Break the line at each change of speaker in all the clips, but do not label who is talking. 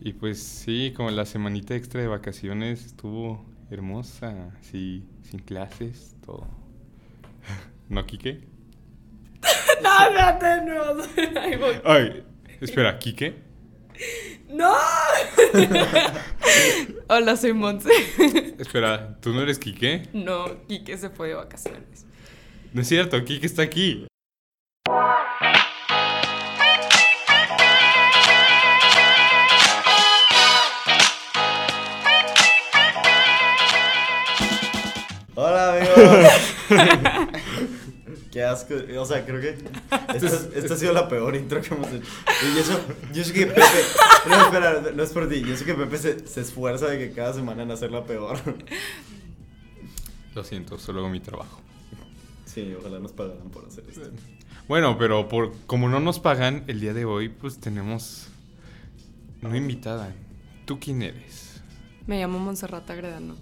Y pues sí, como la semanita extra de vacaciones estuvo hermosa, sí, sin clases, todo. ¿No, Quique?
no, espérate, no. Ahí voy.
Ay, espera, ¿Quique?
¡No! Hola, soy Monse.
Espera, ¿tú no eres Quique?
no, Quique se fue de vacaciones.
No es cierto, Quique está aquí.
Hola amigos. Qué asco. O sea, creo que esta, esta ha sido la peor intro que hemos hecho. Y eso, yo sé que Pepe. No, espera, no es por ti. Yo sé que Pepe se, se esfuerza de que cada semana en hacerla peor.
Lo siento, solo hago mi trabajo.
Sí, ojalá nos pagaran por hacer esto.
Bueno, pero por como no nos pagan el día de hoy, pues tenemos una invitada. ¿Tú quién eres?
Me llamo Monserrata Agredano.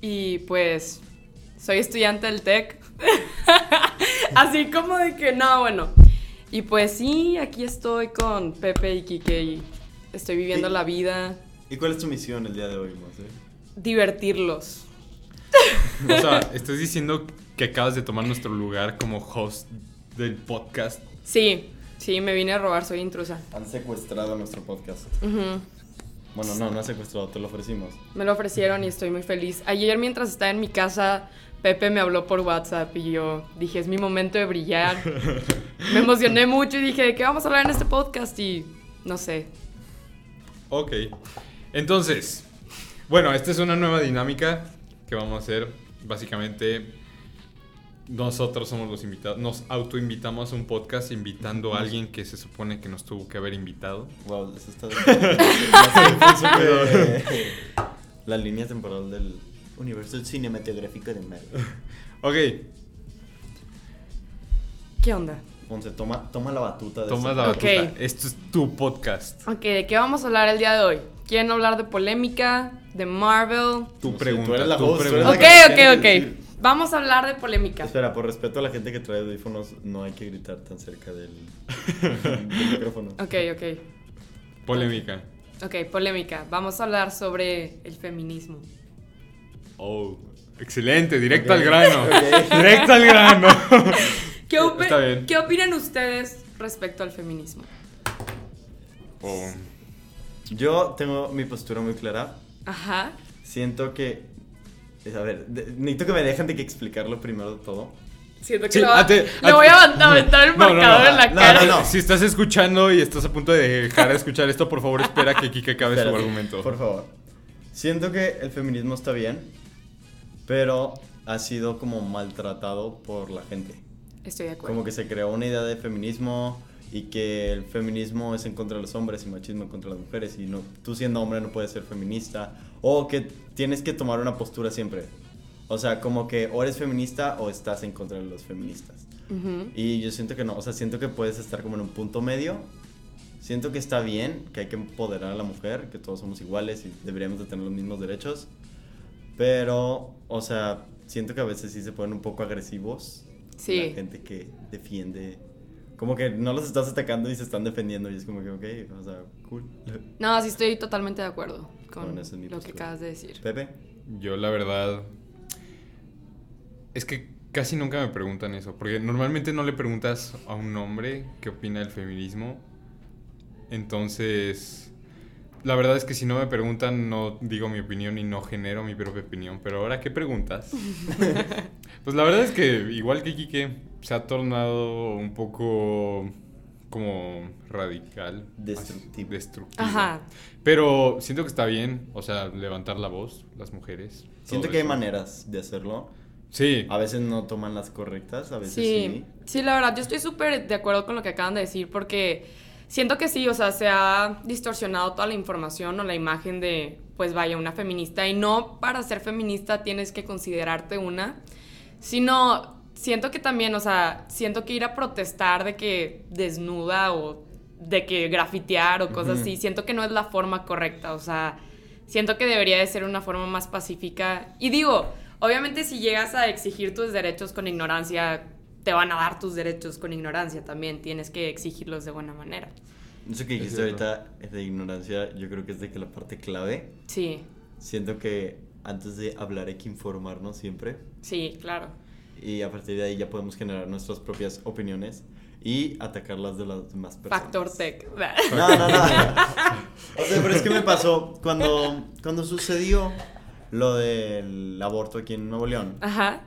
Y pues, soy estudiante del TEC. Así como de que, no, bueno. Y pues sí, aquí estoy con Pepe y Quique y estoy viviendo
Y-
la vida.
¿Y cuál es tu misión el día de hoy, Monse?
Divertirlos.
O sea, estás diciendo que acabas de tomar nuestro lugar como host del podcast.
Sí, sí, me vine a robar, soy intrusa.
Han secuestrado nuestro podcast.
Ujú.
Bueno, no, no han secuestrado, te lo ofrecimos.
Me lo ofrecieron y estoy muy feliz. Ayer mientras estaba en mi casa, Pepe me habló por WhatsApp y yo dije, es mi momento de brillar. me emocioné mucho y dije, ¿de qué vamos a hablar en este podcast? Y no sé.
Ok. Entonces, bueno, esta es una nueva dinámica que vamos a hacer. Básicamente, nosotros somos los invitados. Nos autoinvitamos a un podcast invitando a alguien que se supone que nos tuvo que haber invitado.
Wow, eso está. Ya se me hizo que- la línea temporal del universo cinematográfico de Marvel.
Ok,
¿Qué onda?
Ponce, toma, toma la batuta de
tomas
esto.
la
Ok.
batuta. Esto es tu podcast.
Ok, ¿de qué vamos a hablar el día de hoy? ¿Quieren hablar de polémica? ¿De Marvel?
Tu
No sé,
pregunta.
tú eres la
tu
host, tú eres
pregunta.
la
Ok,
que
ok,
tienes que
ok.
decir.
Vamos a hablar de polémica.
Espera, por respeto a la gente que trae audífonos, no hay que gritar tan cerca del, del micrófono.
Ok, ok.
Polémica.
Ok, polémica. Vamos a hablar sobre el feminismo.
Oh, excelente, directo
Ok.
al grano.
Ok.
Directo al grano.
¿Qué, opi-
Eh, Está bien.
¿Qué opinan ustedes respecto al feminismo?
Oh,
Yo tengo mi postura muy clara.
Ajá.
Siento que. A ver, de- necesito que me dejen de que explicarlo primero de todo.
Siento que
Sí,
lo, va-
ate-
le
ate-
voy a avent- aventar el
No, no, no,
marcador en la
no,
cara.
Ahora,
no.
Si estás escuchando y estás a punto de dejar de escuchar esto, por favor espera que Kike acabe su
Espérate,
argumento.
Por favor. Siento que el feminismo está bien, pero ha sido como maltratado por la gente.
Estoy de acuerdo.
Como que se creó una idea de feminismo y que el feminismo es en contra de los hombres y machismo en contra de las mujeres y no, tú siendo hombre no puedes ser feminista o que tienes que tomar una postura siempre. O sea, como que o eres feminista o estás en contra de los feministas.
Ujú.
Y yo siento que no, o sea, siento que puedes estar como en un punto medio. Siento que está bien, que hay que empoderar a la mujer, que todos somos iguales y deberíamos de tener los mismos derechos. Pero, o sea, siento que a veces sí se ponen un poco agresivos.
Sí.
La gente que defiende. Como que no los estás atacando y se están defendiendo y es como que, ok, o sea, cool.
No, sí estoy totalmente de acuerdo con
Bueno, esa es mi
lo que
postura.
acabas de decir.
Pepe,
Yo la verdad es que casi nunca me preguntan eso, porque normalmente no le preguntas a un hombre qué opina del feminismo. Entonces, la verdad es que si no me preguntan no digo mi opinión y no genero mi propia opinión, pero ahora ¿qué preguntas? pues la verdad es que igual que Quique se ha tornado un poco como radical,
Destructivo.
destructivo.
Ajá.
Pero siento que está bien, o sea, levantar la voz, las mujeres.
siento
todo
que hay
eso.
maneras de hacerlo.
Sí.
A veces no toman las correctas, a veces
Sí, sí, la verdad, yo estoy súper de acuerdo con lo que acaban de decir porque siento que sí, o sea, se ha distorsionado toda la información o la imagen de, pues vaya, una feminista. Y no para ser feminista tienes que considerarte una, sino siento que también, o sea, siento que ir a protestar de que desnuda o de que grafitear o cosas
Ujú.
así, siento que no es la forma correcta, o sea, siento que debería de ser una forma más pacífica. Y digo, obviamente si llegas a exigir tus derechos con ignorancia, te van a dar tus derechos con ignorancia también, tienes que exigirlos de buena manera.
Eso que dijiste
cierto.
ahorita es de ignorancia, yo creo que es de que la parte clave.
Sí,
Siento que antes de hablar hay que informarnos siempre.
sí, claro.
Y a partir de ahí ya podemos generar nuestras propias opiniones y atacarlas de las demás personas.
Factor tech.
No, no, no. O sea, pero es que me pasó cuando, cuando sucedió lo del aborto aquí en Nuevo León.
Ajá.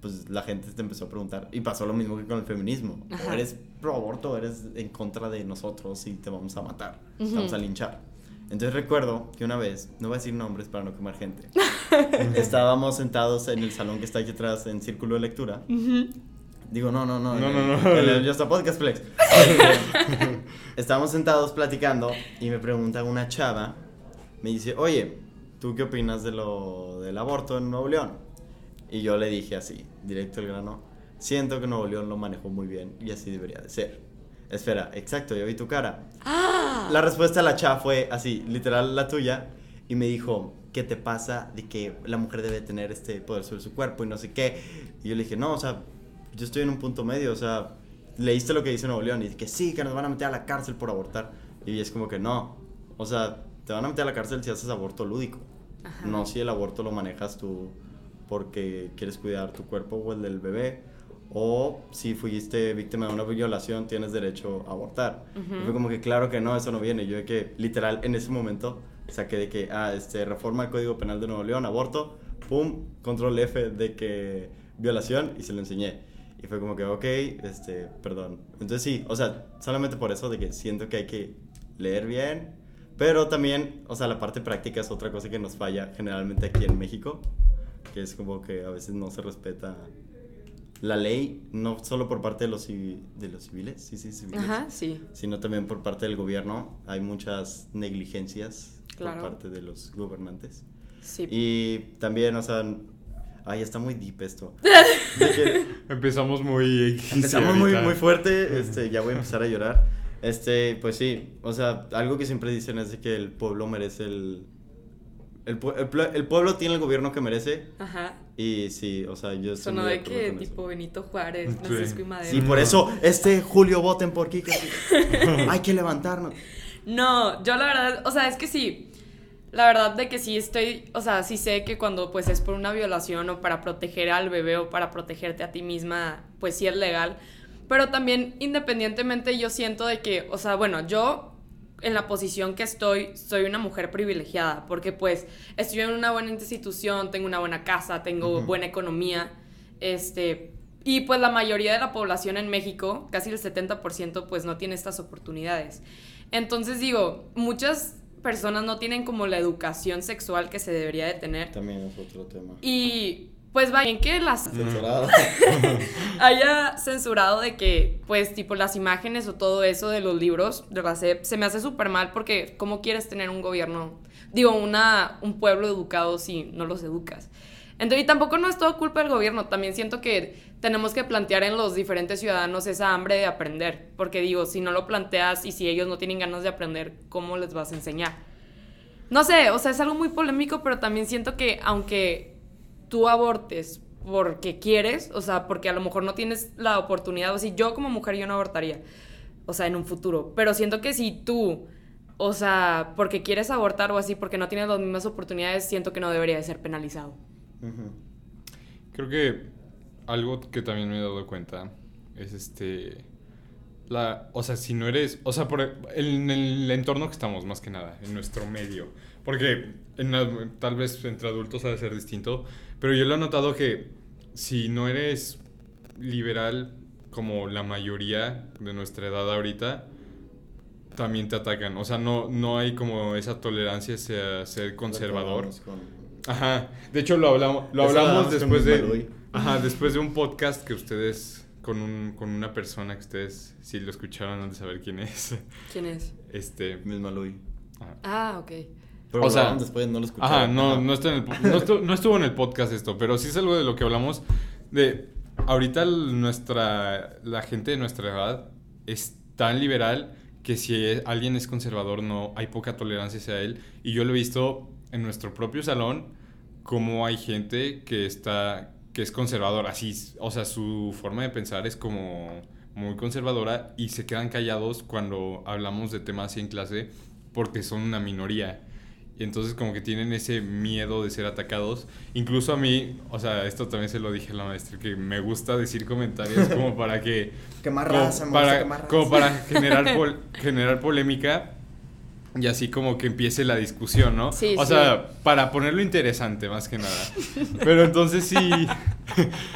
Pues la gente te empezó a preguntar. Y pasó lo mismo que con el feminismo. O
Ajá.
eres pro aborto o eres en contra de nosotros y te vamos a matar. Te
Ujú.
vamos a linchar. Entonces recuerdo que una vez, no voy a decir nombres para no quemar gente. Estábamos sentados en el salón que está aquí atrás en círculo de lectura.
Ujú.
Digo, no, no, no.
No,
en
no,
el-
no.
en el Just a Podcast Flex. Estábamos sentados platicando y me pregunta una chava. Me dice, oye, ¿tú qué opinas de lo del aborto en Nuevo León? Y yo le dije así, directo al grano. Siento que Nuevo León lo manejó muy bien y así debería de ser. Espera, exacto, yo vi tu cara.
Ah.
La respuesta de la chava fue así, literal la tuya, y me dijo, ¿qué te pasa de que la mujer debe tener este poder sobre su cuerpo y no sé qué? Y yo le dije, no, o sea, yo estoy en un punto medio, o sea, leíste lo que dice Nuevo León y dice que sí, que nos van a meter a la cárcel por abortar. Y es como que no, o sea, te van a meter a la cárcel si haces aborto lúdico,
Ajá.
no si el aborto lo manejas tú porque quieres cuidar tu cuerpo o el del bebé. O si fuiste víctima de una violación, tienes derecho a abortar. Y fue como que claro que no, eso no viene. Yo de que literal en ese momento saqué de que, ah, este, reforma el Código Penal de Nuevo León, aborto, pum, control F de que violación y se lo enseñé. Y fue como que, ok, este, perdón. Entonces sí, o sea, solamente por eso de que siento que hay que leer bien, pero también, o sea, la parte práctica es otra cosa que nos falla generalmente aquí en México, que es como que a veces no se respeta la ley, no solo por parte de los, civi- de los civiles, sí, sí, civiles
Ajá, sí.
sino también por parte del gobierno. Hay muchas negligencias
Claro.
por parte de los gobernantes.
Sí.
Y también, o sea, ay, está muy deep esto. De que
Empezamos muy. X
Empezamos muy,
ahorita.
muy fuerte, este, ya voy a empezar a llorar. Este, pues sí, o sea, algo que siempre dicen es de que el pueblo merece el... El, pue- el pue- el pueblo tiene el gobierno que merece
Ajá.
y sí, o sea, yo... estoy
Sonó
muy
de
acuerdo
que
con eso.
tipo Benito Juárez,
Sí.
Francisco y Madero.
Sí, por eso, este Julio voten por Kiko. Hay que levantarnos.
No, yo la verdad, o sea, es que sí. La verdad de que sí estoy, o sea, sí sé que cuando pues es por una violación o para proteger al bebé o para protegerte a ti misma, pues sí es legal. Pero también independientemente yo siento de que, o sea, bueno, yo en la posición que estoy, soy una mujer privilegiada porque pues estoy en una buena institución, tengo una buena casa, tengo buena economía, este, y pues la mayoría de la población en México, casi el 70%, pues no tiene estas oportunidades. Entonces digo, muchas personas no tienen como la educación sexual que se debería de tener.
También es otro tema.
Y pues va bien que las
Censurado.
haya censurado de que, pues, tipo, las imágenes o todo eso de los libros de la SEP se me hace súper mal porque ¿cómo quieres tener un gobierno, digo, una, un pueblo educado si no los educas? Entonces, y tampoco no es todo culpa del gobierno, también siento que tenemos que plantear en los diferentes ciudadanos esa hambre de aprender, porque digo, si no lo planteas y si ellos no tienen ganas de aprender, ¿cómo les vas a enseñar? No sé, o sea, es algo muy polémico, pero también siento que aunque tú abortes porque quieres, o sea, porque a lo mejor no tienes la oportunidad, o sea, yo como mujer yo no abortaría, o sea, en un futuro, pero siento que si tú, o sea, porque quieres abortar o así, porque no tienes las mismas oportunidades, siento que no debería de ser penalizado.
Ujú.
Creo que algo que también me he dado cuenta es este. La, o sea, si no eres. O sea, por, e, en el entorno que estamos, más que nada, en nuestro medio. Porque en la- tal vez entre adultos ha de ser distinto. Pero yo lo he notado que si no eres liberal como la mayoría de nuestra edad ahorita, también te atacan. O sea, no, no hay como esa tolerancia hacia ser conservador.
Acabamos con-
Ajá. De hecho, lo hablamos, lo
Eso lo
hablamos
hablamos con
después
Malú.
de. Ajá, después de un podcast que ustedes. Con, un- con una persona que ustedes, si lo escucharon, han de saber quién es.
¿Quién es?
Este.
Misma Luis.
ajá.
Ah, ok.
Pero
O sea-
hablaron después no lo escuché.
Ajá, no, no, está en el po- no, estuvo, no estuvo en el podcast esto, pero sí es algo de lo que hablamos. De ahorita el- nuestra la gente de nuestra edad es tan liberal que si es- alguien es conservador no hay poca tolerancia hacia él. Y yo lo he visto en nuestro propio salón como hay gente que está que es conservadora, así, o sea, su forma de pensar es como muy conservadora y se quedan callados cuando hablamos de temas así en clase porque son una minoría. Y entonces como que tienen ese miedo de ser atacados. Incluso a mí, o sea, esto también se lo dije a la maestra, que me gusta decir comentarios como para que...
Que más
como
raza, me gusta
para,
que más raza.
Como para generar, pol- generar polémica y así como que empiece la discusión, ¿no?
Sí,
o
sí.
sea, para ponerlo interesante más que nada. Pero entonces sí...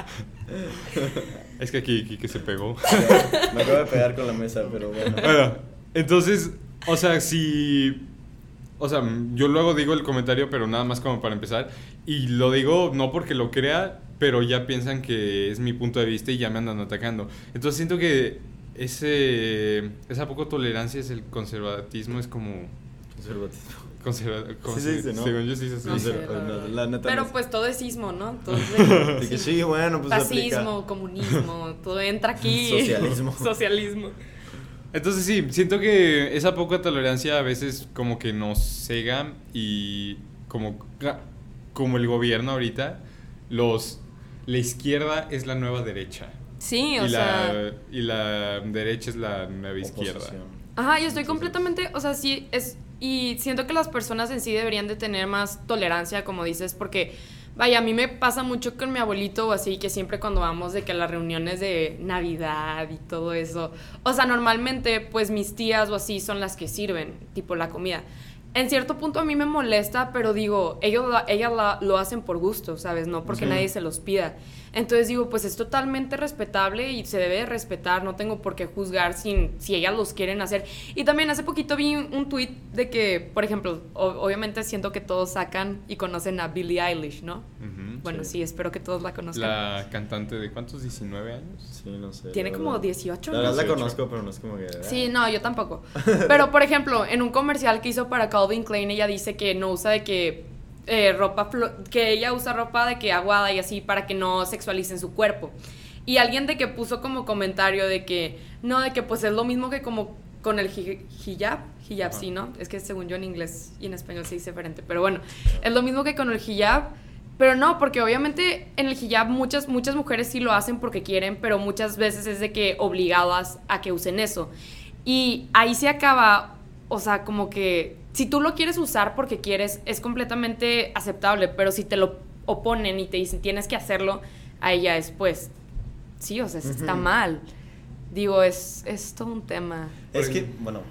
es que aquí, aquí que se pegó.
Ya, Me acabo de pegar con la mesa, pero bueno.
Bueno, entonces, o sea, si. O sea, yo luego digo el comentario, pero nada más como para empezar. Y lo digo no porque lo crea, pero ya piensan que es mi punto de vista y ya me andan atacando. Entonces siento que ese, esa poco tolerancia es el conservatismo, es como.
Conservatismo.
Conserva,
Sí se dice, ¿no?
Según yo sí se dice.
No sé,
Conserva-
la verdad.
la neta
Pero
no sé.
pues todo es sismo, ¿no?
De
Entonces,
que
sí.
sí, bueno, pues
Fascismo, comunismo, todo entra aquí.
Socialismo.
Socialismo.
Entonces sí, siento que esa poca tolerancia a veces como que nos cega y como, como el gobierno ahorita, los, la izquierda es la nueva derecha.
Sí, o
Y
sea.
la, y la derecha es la nueva
aplica.
izquierda.
Oposición.
Ajá, yo estoy
Entonces-
completamente, o sea, sí, es, y siento que las personas en sí deberían de tener más tolerancia, como dices, porque, vaya, a mí me pasa mucho con mi abuelito o así, que siempre cuando vamos de que a las reuniones de Navidad y todo eso, o sea, normalmente pues mis tías o así son las que sirven, tipo la comida. En cierto punto a mí me molesta, pero digo, ellos, la- ellas la- lo hacen por gusto, ¿sabes? No porque
Sí.
nadie se los pida. Entonces digo, pues es totalmente respetable y se debe de respetar, no tengo por qué juzgar sin, si ellas los quieren hacer. Y también hace poquito vi un, un tuit de que, por ejemplo, o- obviamente siento que todos sacan y conocen a Billie Eilish, ¿no?
Ujú.
Bueno,
Sí.
sí, espero que todos la conozcan.
La cantante de cuántos, 19 años.
Sí, no sé.
Tiene
la
como
verdad.
18,
La
¿no?
verdad la
18.
conozco, pero no es como que. eh.
Sí, no, yo tampoco. Pero, por ejemplo, en un comercial que hizo para Calvin Klein, ella dice que no usa de que eh, ropa, flo- que ella usa ropa de que aguada y así para que no sexualicen su cuerpo. Y alguien de que puso como comentario de que, no, de que pues es lo mismo que como con el hi- hijab, hijab
Ajá.
sí, ¿no? Es que según yo en inglés y en español se dice diferente, pero bueno, es lo mismo que con el hijab. Pero no, porque obviamente en el hijab muchas, muchas mujeres sí lo hacen porque quieren, pero muchas veces es de que obligadas a que usen eso. Y ahí se acaba, o sea, como que si tú lo quieres usar porque quieres, es completamente aceptable, pero si te lo oponen y te dicen tienes que hacerlo, ahí ya es pues, sí, o sea, está
Ujú.
mal. Digo, es, es todo un tema.
Es que, bueno,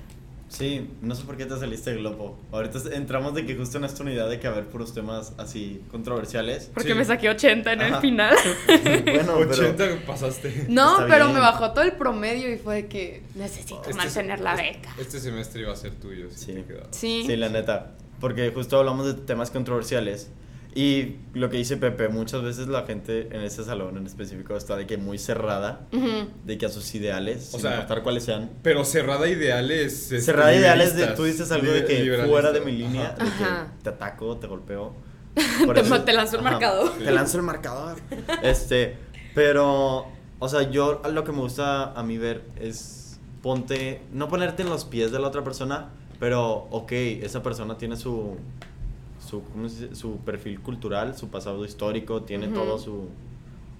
sí, no sé por qué te saliste del globo. Ahorita entramos de que justo en esta unidad de que haber puros temas así controversiales.
Porque
Sí.
me saqué 80 en el
Ajá.
final.
Bueno, pero.
80 pasaste.
No,
Está
pero
bien.
me
Este
bajó todo el promedio y fue de que necesito mantener la beca.
Este semestre iba a ser tuyo. si
Sí.
te quedabas.
Sí.
Sí, la neta. Porque justo hablamos de temas controversiales. Y lo que dice Pepe, muchas veces la gente en este salón en específico está de que muy cerrada,
Ujú.
de que a sus ideales,
O
sin
sea,
importar cuáles sean.
Pero cerrada ideales. este,
Cerrada ideales de
liberalistas,
tú dices algo de
liber-
que
liberalistas.
fuera de mi
Ajá.
línea, de que
Ajá.
te ataco, te golpeo.
Te ma- te lanzo el marcador.
Te lanzo el marcador. Este, pero, o sea, yo lo que me gusta a mí ver es ponte, no ponerte en los pies de la otra persona, pero, ok, esa persona tiene su, su, ¿cómo se dice? su perfil cultural, su pasado histórico, tiene
Ujú.
todo su...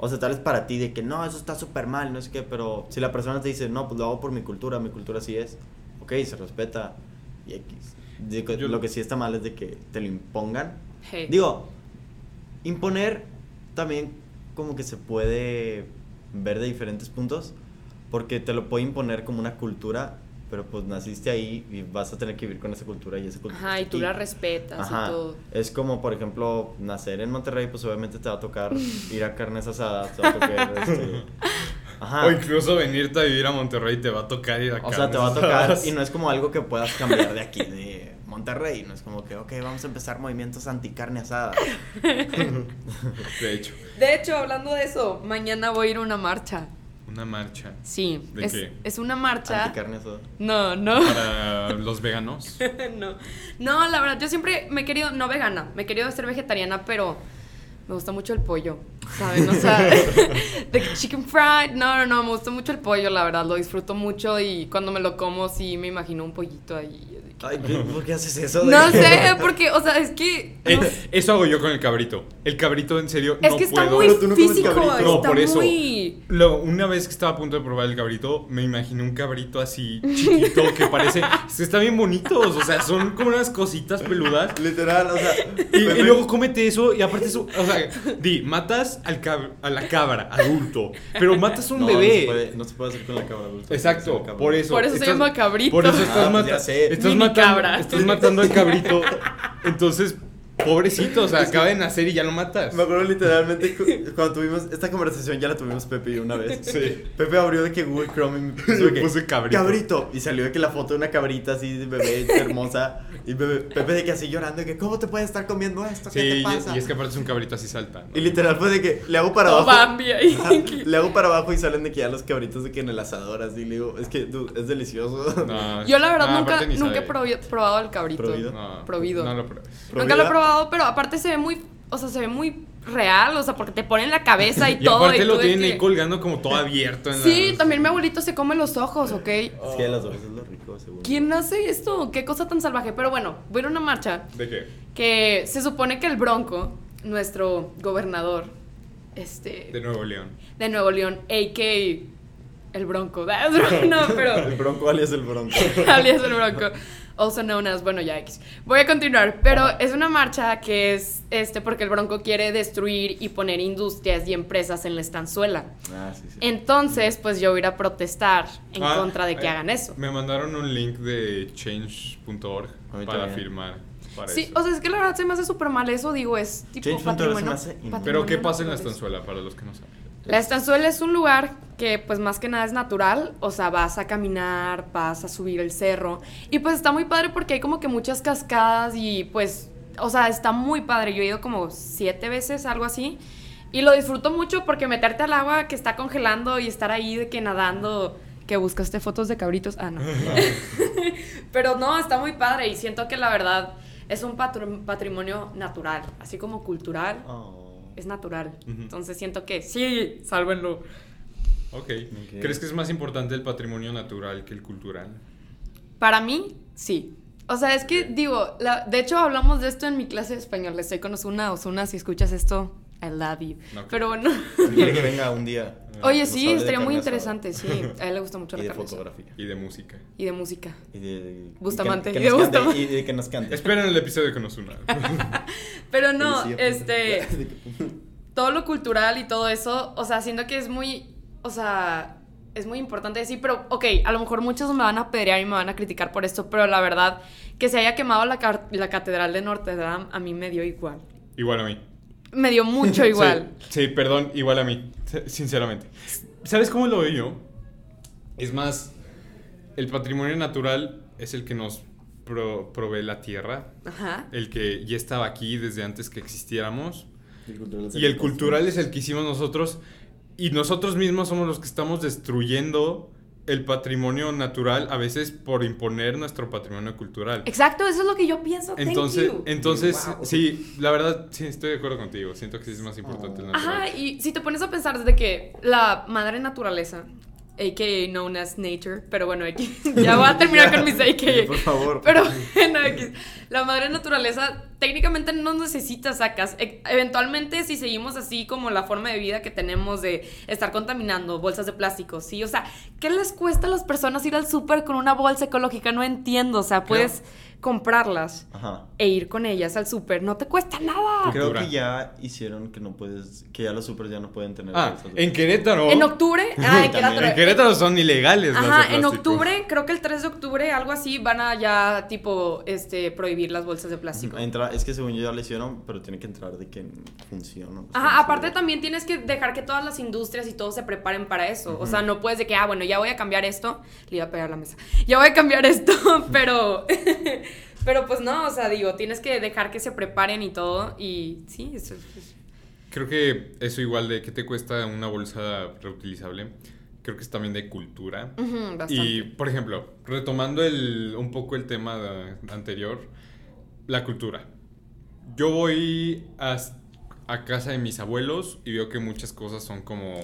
O sea, tal vez para ti de que no, eso está súper mal, no sé qué, pero si la persona te dice, no, pues lo hago por mi cultura, mi cultura así es, ok, se respeta. Y X. De que-
Yo-
lo que sí está mal es de que te lo impongan.
Hey.
Digo, imponer también como que se puede ver de diferentes puntos, porque te lo puede imponer como una cultura, pero pues naciste ahí y vas a tener que vivir con esa cultura y esa cultura.
Ajá,
está
y tú
aquí.
la respetas
Ajá.
y todo.
Es como, por ejemplo, nacer en Monterrey, pues obviamente te va a tocar ir a carnes asadas, te va a tocar, este, Ajá.
O incluso venirte a vivir a Monterrey te va a tocar ir a
O sea, te va a
carnes
tocar
asadas.
y no es como algo que puedas cambiar de aquí, de Monterrey. No es como que, ok, vamos a empezar movimientos anti-carne asada.
De hecho,
De hecho, hablando de eso, mañana voy a ir a una marcha.
una marcha
Sí.
¿De
es,
qué?
es una marcha.
Anti-carne asada.
No, no.
para los veganos.
no. No, la verdad, yo siempre me he querido, no vegana, me he querido hacer vegetariana, pero me gusta mucho el pollo. ¿saben? O sea, de que chicken fried, no, no, no, me gusta mucho el pollo, la verdad, lo disfruto mucho y cuando me lo como sí me imagino un pollito ahí. de que-
Ay, ¿qué- ¿por qué haces eso? de-
No sé, porque, o sea, es que...
Eh,
no
eso hago yo con el cabrito. El cabrito, en serio,
Es
no
que está
puedo.
muy
Pero tú no comes
físico,
cabrito.
está
No, por eso.
muy...
Lo- una vez que estaba a punto de probar el cabrito, me imaginé un cabrito así chiquito que parece. es que Están bien bonitos, o sea, son como unas cositas peludas.
Literal, o sea.
Y, y
Pepe-
luego cómete eso, y aparte eso. O sea, di, matas al cab- a la cabra, adulto, pero matas a un
No,
bebé.
No se, puede, no se puede hacer con la cámara. güey.
Pues, Exacto,
Con la
por
cámara.
eso.
Por eso se llama cabrito.
Por eso
Ah,
estás,
pues
mata-
ya sé.
estás
Mini
matando.
cabra.
Estás matando al cabrito. Entonces, pobrecito, o sea, acaba de nacer y ya lo matas.
Me acuerdo literalmente cu- cuando tuvimos esta conversación, ya la tuvimos Pepe y yo una vez.
Sí.
Pepe abrió de que Google Chrome y me puso,
Y
de que,
puse cabrito.
Y salió de que la foto de una cabrita así de bebé hermosa. Y bebé- Pepe de que así llorando, de que ¿cómo te puedes estar comiendo esto? ¿Qué
Sí,
te pasa?
y, y es que aparte es un cabrito así salta. ¿no?
Y literal fue de que le hago para
Todo
abajo.
Bambi ahí.
Ajá, Le hago para abajo y salen de que ya los cabritos de que en el asador así le digo, es que dude, es delicioso.
No,
Yo la verdad
no,
nunca,
Ah, aparte ni
nunca
sabe.
he probi- probado el cabrito.
Prohibido.
No,
Prohibido.
No lo pruebes.
Nunca lo he
Probida.
probado, pero aparte se ve muy, o sea, se ve muy real, o sea, porque te ponen la cabeza y,
Y
todo.
aparte
y
lo
tú de
tienen
que-
ahí colgando como todo abierto. En
Sí,
la-
también mi abuelito se come los ojos, ¿ok?
Es que de las dos es lo rico, seguro.
¿Quién hace esto? ¿Qué cosa tan salvaje? Pero bueno, voy a ir a una marcha
¿De qué?
que se supone que el Bronco, nuestro gobernador, este...
De Nuevo León.
de Nuevo León, a.k.a. el Bronco. No,
El
pero
bronco alias el bronco.
alias el Bronco. Also known as, bueno, ya X. Voy a continuar, pero es una marcha que es este porque el Bronco quiere destruir y poner industrias y empresas en la estanzuela.
Ah, sí, sí.
Entonces, pues yo voy a ir a protestar en
Ah,
contra de que
eh,
hagan eso.
Me mandaron un link de change.org
A mí
para
también.
firmar. Para
Sí,
eso.
o sea, es que la verdad se me hace súper mal eso, digo, es tipo
Change.org se me
patrimonio.
hace inmenso.
Pero ¿qué
patrimonio
pasa en la
naturaleza.
estanzuela para los que no saben?
La estanzuela es un lugar que pues más que nada es natural, o sea, vas a caminar, vas a subir el cerro y pues está muy padre porque hay como que muchas cascadas y pues, o sea, está muy padre. Yo he ido como siete veces, algo así, y lo disfruto mucho porque meterte al agua que está congelando y estar ahí de que nadando, que buscaste fotos de cabritos, ah, no. Pero no, está muy padre y siento que la verdad es un patr- patrimonio natural, así como cultural
Oh.
es natural.
Ujú.
Entonces siento que sí, sálvenlo.
Ok. ¿Crees que es más importante el patrimonio natural que el cultural?
Para mí, sí. O sea, es que digo, la- de hecho hablamos de esto en mi clase de español. Estoy con Osuna, Osuna, si escuchas esto, I love you.
No.
Pero bueno.
Quiere que venga un día.
Oye,
Nos
sí,
hable Ah, de
estaría muy
carne asada.
interesante, sí. A él le gusta mucho
Y
la
de
carne asada.
fotografía.
Y de música.
Y de música.
Y de.
Bustamante,
que-
y
que
de
nos cante,
Bustamante.
Y de que nos cante.
Esperen el episodio con Ozuna.
Pero no,
Oye, sí,
este...
de que-
todo lo cultural y todo eso, o sea, siento que es muy, o sea, es muy importante decir, pero, ok, a lo mejor muchos me van a pedrear y me van a criticar por esto, pero la verdad, que se haya quemado la, car- la catedral de Notre Dame, a mí me dio igual.
Igual a mí.
Me dio mucho igual.
Sí, sí, perdón, igual a mí, s- sinceramente. ¿Sabes cómo lo veo yo? Es más, el patrimonio natural es el que nos pro- provee la tierra,
Ajá.
el que ya estaba aquí desde antes que existiéramos,
Y el cultural es
y el cultural es el que hicimos nosotros, y nosotros mismos somos los que estamos destruyendo el patrimonio natural a veces por imponer nuestro patrimonio cultural.
Exacto, eso es lo que yo pienso. thank
Entonces,
you.
entonces
Wow.
sí, la verdad, sí, estoy de acuerdo contigo. Siento que sí es más importante el natural.
Ajá, y si te pones a pensar desde que la madre naturaleza, a.k.a. known as nature, pero bueno, X, ya voy a terminar con mis a.k.a.
Por favor.
Pero bueno, X, la madre naturaleza técnicamente no necesita sacas. E- eventualmente, si seguimos así como la forma de vida que tenemos de estar contaminando bolsas de plástico, ¿sí? O sea, ¿qué les cuesta a las personas ir al súper con una bolsa ecológica? No entiendo, o sea, puedes comprarlas
Ajá.
e ir con ellas al súper, no te cuesta nada.
Creo
Cultura.
que ya hicieron que no puedes. Que ya los supers ya no pueden tener.
Ah,
bolsas de-
en Querétaro.
En octubre, ah, en
También.
Querétaro.
En Querétaro son ilegales. las de
Ajá, en
plástico.
octubre, creo que el 3 de octubre, algo así, van a ya, tipo, este, prohibir las bolsas de plástico.
Entra, es que según yo ya lo hicieron, pero tiene que entrar de que funciona.
Ajá, aparte también tienes que dejar que todas las industrias y todo se preparen para eso. O sea, no puedes de que, ah, bueno, ya voy a cambiar esto. Le iba a pegar la mesa. Ya voy a cambiar esto, pero. pero pues no, o sea, digo, tienes que dejar que se preparen y todo. Y sí, eso es- es-
Creo que eso igual de qué te cuesta una bolsa reutilizable. Creo que es también de cultura.
ujú, bastante.
Y, por ejemplo, retomando el, un poco el tema de- anterior, la cultura. Yo voy a, a casa de mis abuelos y veo que muchas cosas son como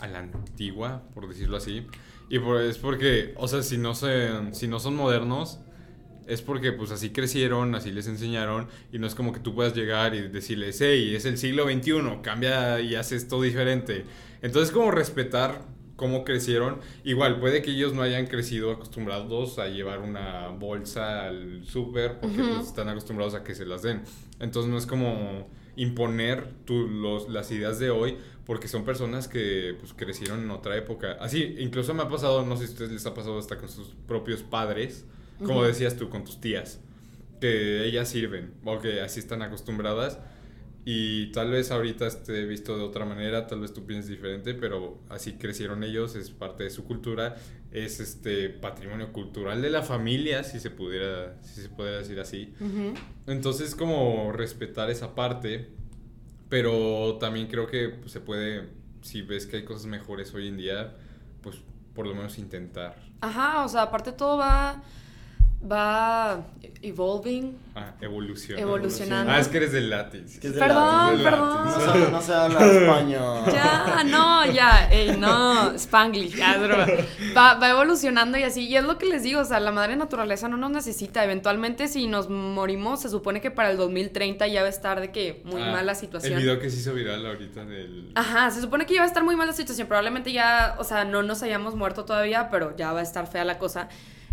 a la antigua, por decirlo así. Y por- es porque, o sea, si no, se, si no son modernos, es porque pues así crecieron, así les enseñaron, y no es como que tú puedas llegar y decirles, hey, es el siglo XXI, cambia y haz esto diferente. Entonces como respetar cómo crecieron, igual puede que ellos no hayan crecido acostumbrados a llevar una bolsa al súper, porque
Ujú.
pues, están acostumbrados a que se las den. Entonces no es como imponer tu- los, las ideas de hoy, porque son personas que pues, crecieron en otra época. Así, incluso me ha pasado, no sé si a ustedes les ha pasado hasta con sus propios padres, como
Ujú.
decías tú, con tus tías, que ellas sirven, o que así están acostumbradas. Y tal vez ahorita esté visto de otra manera, tal vez tú pienses diferente, pero así crecieron ellos, es parte de su cultura, es este patrimonio cultural de la familia, si se pudiera, si se pudiera decir así.
Ujú.
Entonces, como respetar esa parte, pero también creo que pues, se puede, si ves que hay cosas mejores hoy en día, pues por lo menos intentar
Ajá, o sea, aparte todo va. va. evolving.
ah, evolucionar.
Evolucionando.
Ah, es que eres del látiz.
Que es de
Perdón,
latín.
perdón.
No se,
Ah,
no se habla español.
Ya, ah, no, ya, ey, no, Spanglish, ya, es broma. Va, va evolucionando y así, y es lo que les digo, o sea, la madre naturaleza no nos necesita, eventualmente si nos morimos, se supone que para el 2030 ya va a estar de que muy
Ah,
mala situación.
El video que se hizo viral ahorita del...
Ajá, se supone que ya va a estar muy mal la situación. Probablemente ya, o sea, no nos hayamos muerto todavía, pero ya va a estar fea la cosa.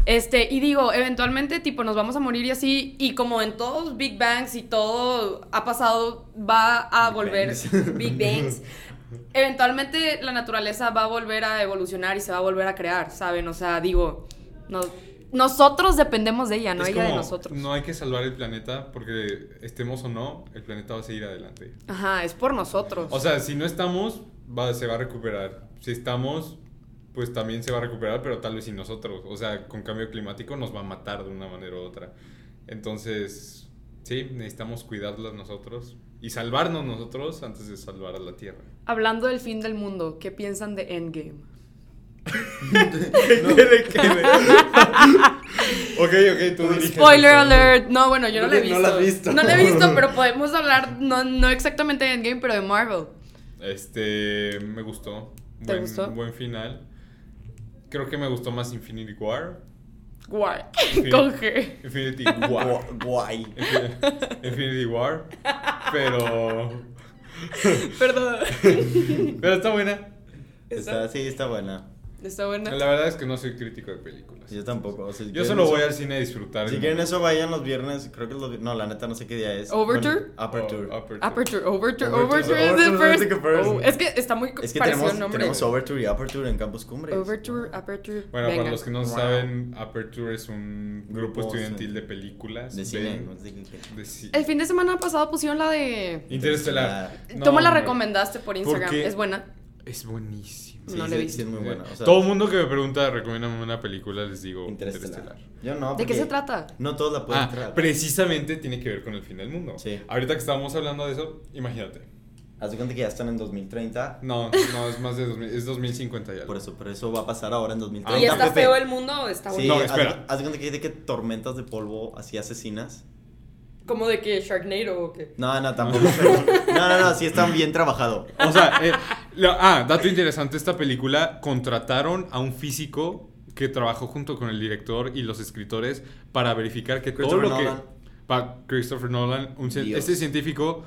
Este, y digo, eventualmente, tipo, nos vamos a morir y así. Y como en todos Big Bangs y todo ha pasado, va a
Big
volver.
Bangs.
Big Bangs. Eventualmente la naturaleza va a volver a evolucionar y se va a volver a crear, ¿saben? O sea, digo, no- nosotros dependemos de ella, no
Es
ella de
como,
nosotros.
No hay que salvar el planeta porque estemos o no, el planeta va a seguir adelante.
Ajá, es por nosotros.
O sea, si no estamos, va- se va a recuperar. Si estamos, pues también se va a recuperar, pero tal vez sin nosotros. O sea, con cambio climático nos va a matar de una manera u otra. Entonces, sí, necesitamos cuidarlas nosotros y salvarnos nosotros antes de salvar a la Tierra.
Hablando del fin del mundo, ¿qué piensan de Endgame?
No.
Ok, ok, tú diriges
Spoiler
esto.
alert. No, bueno, yo no la he
No
visto.
la has visto.
No la he visto, pero podemos hablar, no, no exactamente de Endgame, pero de Marvel.
Este, me gustó.
¿Te gustó?
Buen final. Creo que me gustó más Infinity War.
Guay.
Sí.
Con G.
Infinity War.
Gua- Guay.
Infi- Infinity War. Pero.
Perdón.
Pero está buena.
Está, sí, está buena.
Está buena.
La verdad es que no soy crítico de películas.
Yo tampoco. o sea, si
Yo
quieren
solo
eso-
voy al cine a disfrutar.
Si quieren eso, vayan los viernes. Creo que los vi- No, la neta, no sé qué día es.
¿Overture?
Bueno, Aperture.
Oh, Aperture.
Aperture, Ah, Overture,
Overture,
Overture is the
Overture is
first.
the first.
Oh, es que está muy
Es que
parecido
tenemos,
el nombre.
tenemos Overture y Aperture en Campus Cumbres.
Overture, Aperture.
Bueno,
venga.
para los que no
Wow.
saben, Aperture es un grupo
Grupo,
estudiantil
sí.
de películas.
De cine. pues. no
de-
sé qué-
de ci-
El fin de semana pasado pusieron la de.
Interestelar.
Tú me la
hombre.
recomendaste por Instagram.
qué?
Es buena.
Es buenísimo.
Sí,
No
sí,
la he
sí,
visto.
es muy buena. O sea,
Todo el mundo que me pregunta, recomiéndame una película, les digo
Interestelar.
Interestelar.
Yo no.
¿De qué
Ah, porque
se trata?
No todos la pueden
Ah,
traer.
precisamente tiene que ver con el fin del mundo.
Sí.
Ahorita que estábamos hablando de eso, imagínate.
Haz de cuenta que ya están en 2030.
No, no, es más de 2000, es 2050 ya.
Por eso, por eso va a pasar ahora en 2030.
¿Y
Ah,
está
Pepe.
feo el mundo o está
Sí,
No,
bueno?
haz de-
espera.
Haz de cuenta que dice que tormentas de polvo así asesinas.
Como de que Sharknado o qué.
No, no, tampoco. pero- No, no, no, sí están bien trabajado.
O sea, eh, la- ah, dato interesante, esta película contrataron a un físico que trabajó junto con el director y los escritores para verificar que todo
Christopher
lo que...
Nolan.
Pa- Christopher Nolan, un cien-
Dios.
este científico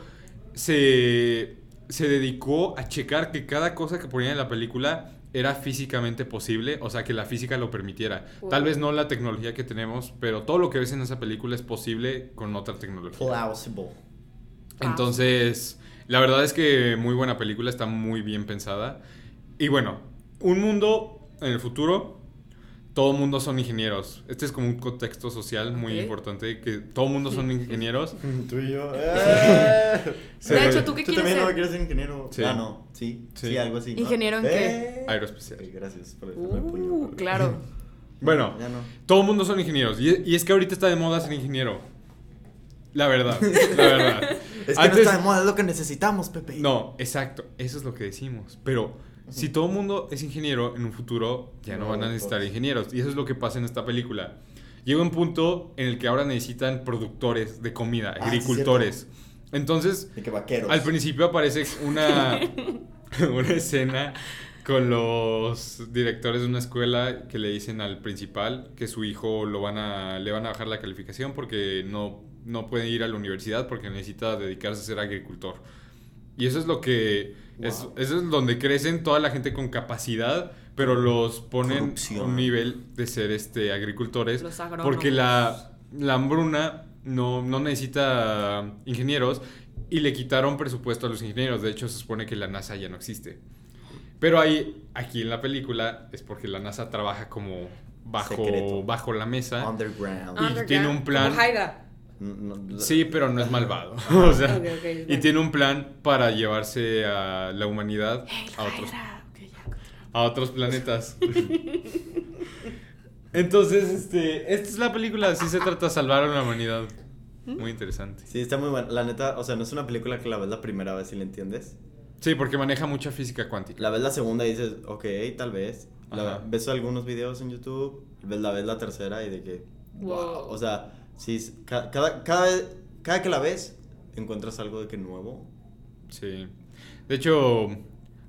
se, se dedicó a checar que cada cosa que ponía en la película era físicamente posible, o sea, que la física lo permitiera.
Wow.
Tal vez no la tecnología que tenemos, pero todo lo que ves en esa película es posible con otra tecnología.
Plausible.
Entonces, la verdad es que muy buena película, está muy bien pensada. Y bueno, un mundo en el futuro, todo mundo son ingenieros. Este es como un contexto social muy
Ok.
importante, que todo mundo son ingenieros.
Tú y yo. Eh.
Sí.
De hecho, ¿tú qué quieres
también no
ser?
me quieres ser ingeniero.
Sí.
Ah, no. Sí,
Sí.
sí, algo así. ¿no?
¿Ingeniero en qué?
Eh.
Aeroespacial.
Ok, Gracias por dejarme el puño.
Uh, claro.
Bueno,
Ya no.
todo mundo son ingenieros. Y, y es que ahorita está de moda ser ingeniero. La verdad, la verdad.
Es que no está de moda, es lo que necesitamos, Pepe.
No, exacto, eso es lo que decimos. Pero si todo el mundo es ingeniero, en un futuro ya no,
No,
van a necesitar
todos.
ingenieros. Y eso es lo que pasa en esta película. Llega un punto en el que ahora necesitan productores de comida,
Ah, sí,
agricultores. Entonces,
De que vaqueros.
al principio aparece una, una escena con los directores de una escuela que le dicen al principal que su hijo lo van a, le van a bajar la calificación porque no, no puede ir a la universidad porque necesita dedicarse a ser agricultor. Y eso es lo que... es-
Wow.
eso es donde crecen toda la gente con capacidad, pero los ponen
Corrupción.
a un nivel de ser este, agricultores.
Los agrónomos.
porque la, la hambruna no, no necesita ingenieros y le quitaron presupuesto a los ingenieros. De hecho, se supone que la NASA ya no existe. Pero ahí, aquí en la película, es porque la NASA trabaja como bajo,
Secreto.
bajo la mesa.
Underground.
Ah. tiene un plan.
Como Hydra.
No, no,
Sí, pero no es malvado. O sea,
Ok, ok,
y
bueno.
tiene un plan para llevarse a la humanidad a otros
Hydra. Ok, ya, continúa.
a otros planetas. Entonces, este, esta es la película, así se trata salvar a la humanidad. Muy interesante.
Sí, está muy bueno. La neta, o sea, no es una película que la ves la primera vez y la entiendes.
Sí, porque maneja mucha física cuántica.
La ves la segunda y dices, ok, tal vez. La-
Ajá.
ves algunos videos en YouTube, ves- la ves la tercera y de que,
Wow.
wow. O sea, sí, es- ca- cada, cada, vez- cada que la ves, encuentras algo de que nuevo.
Sí. De hecho,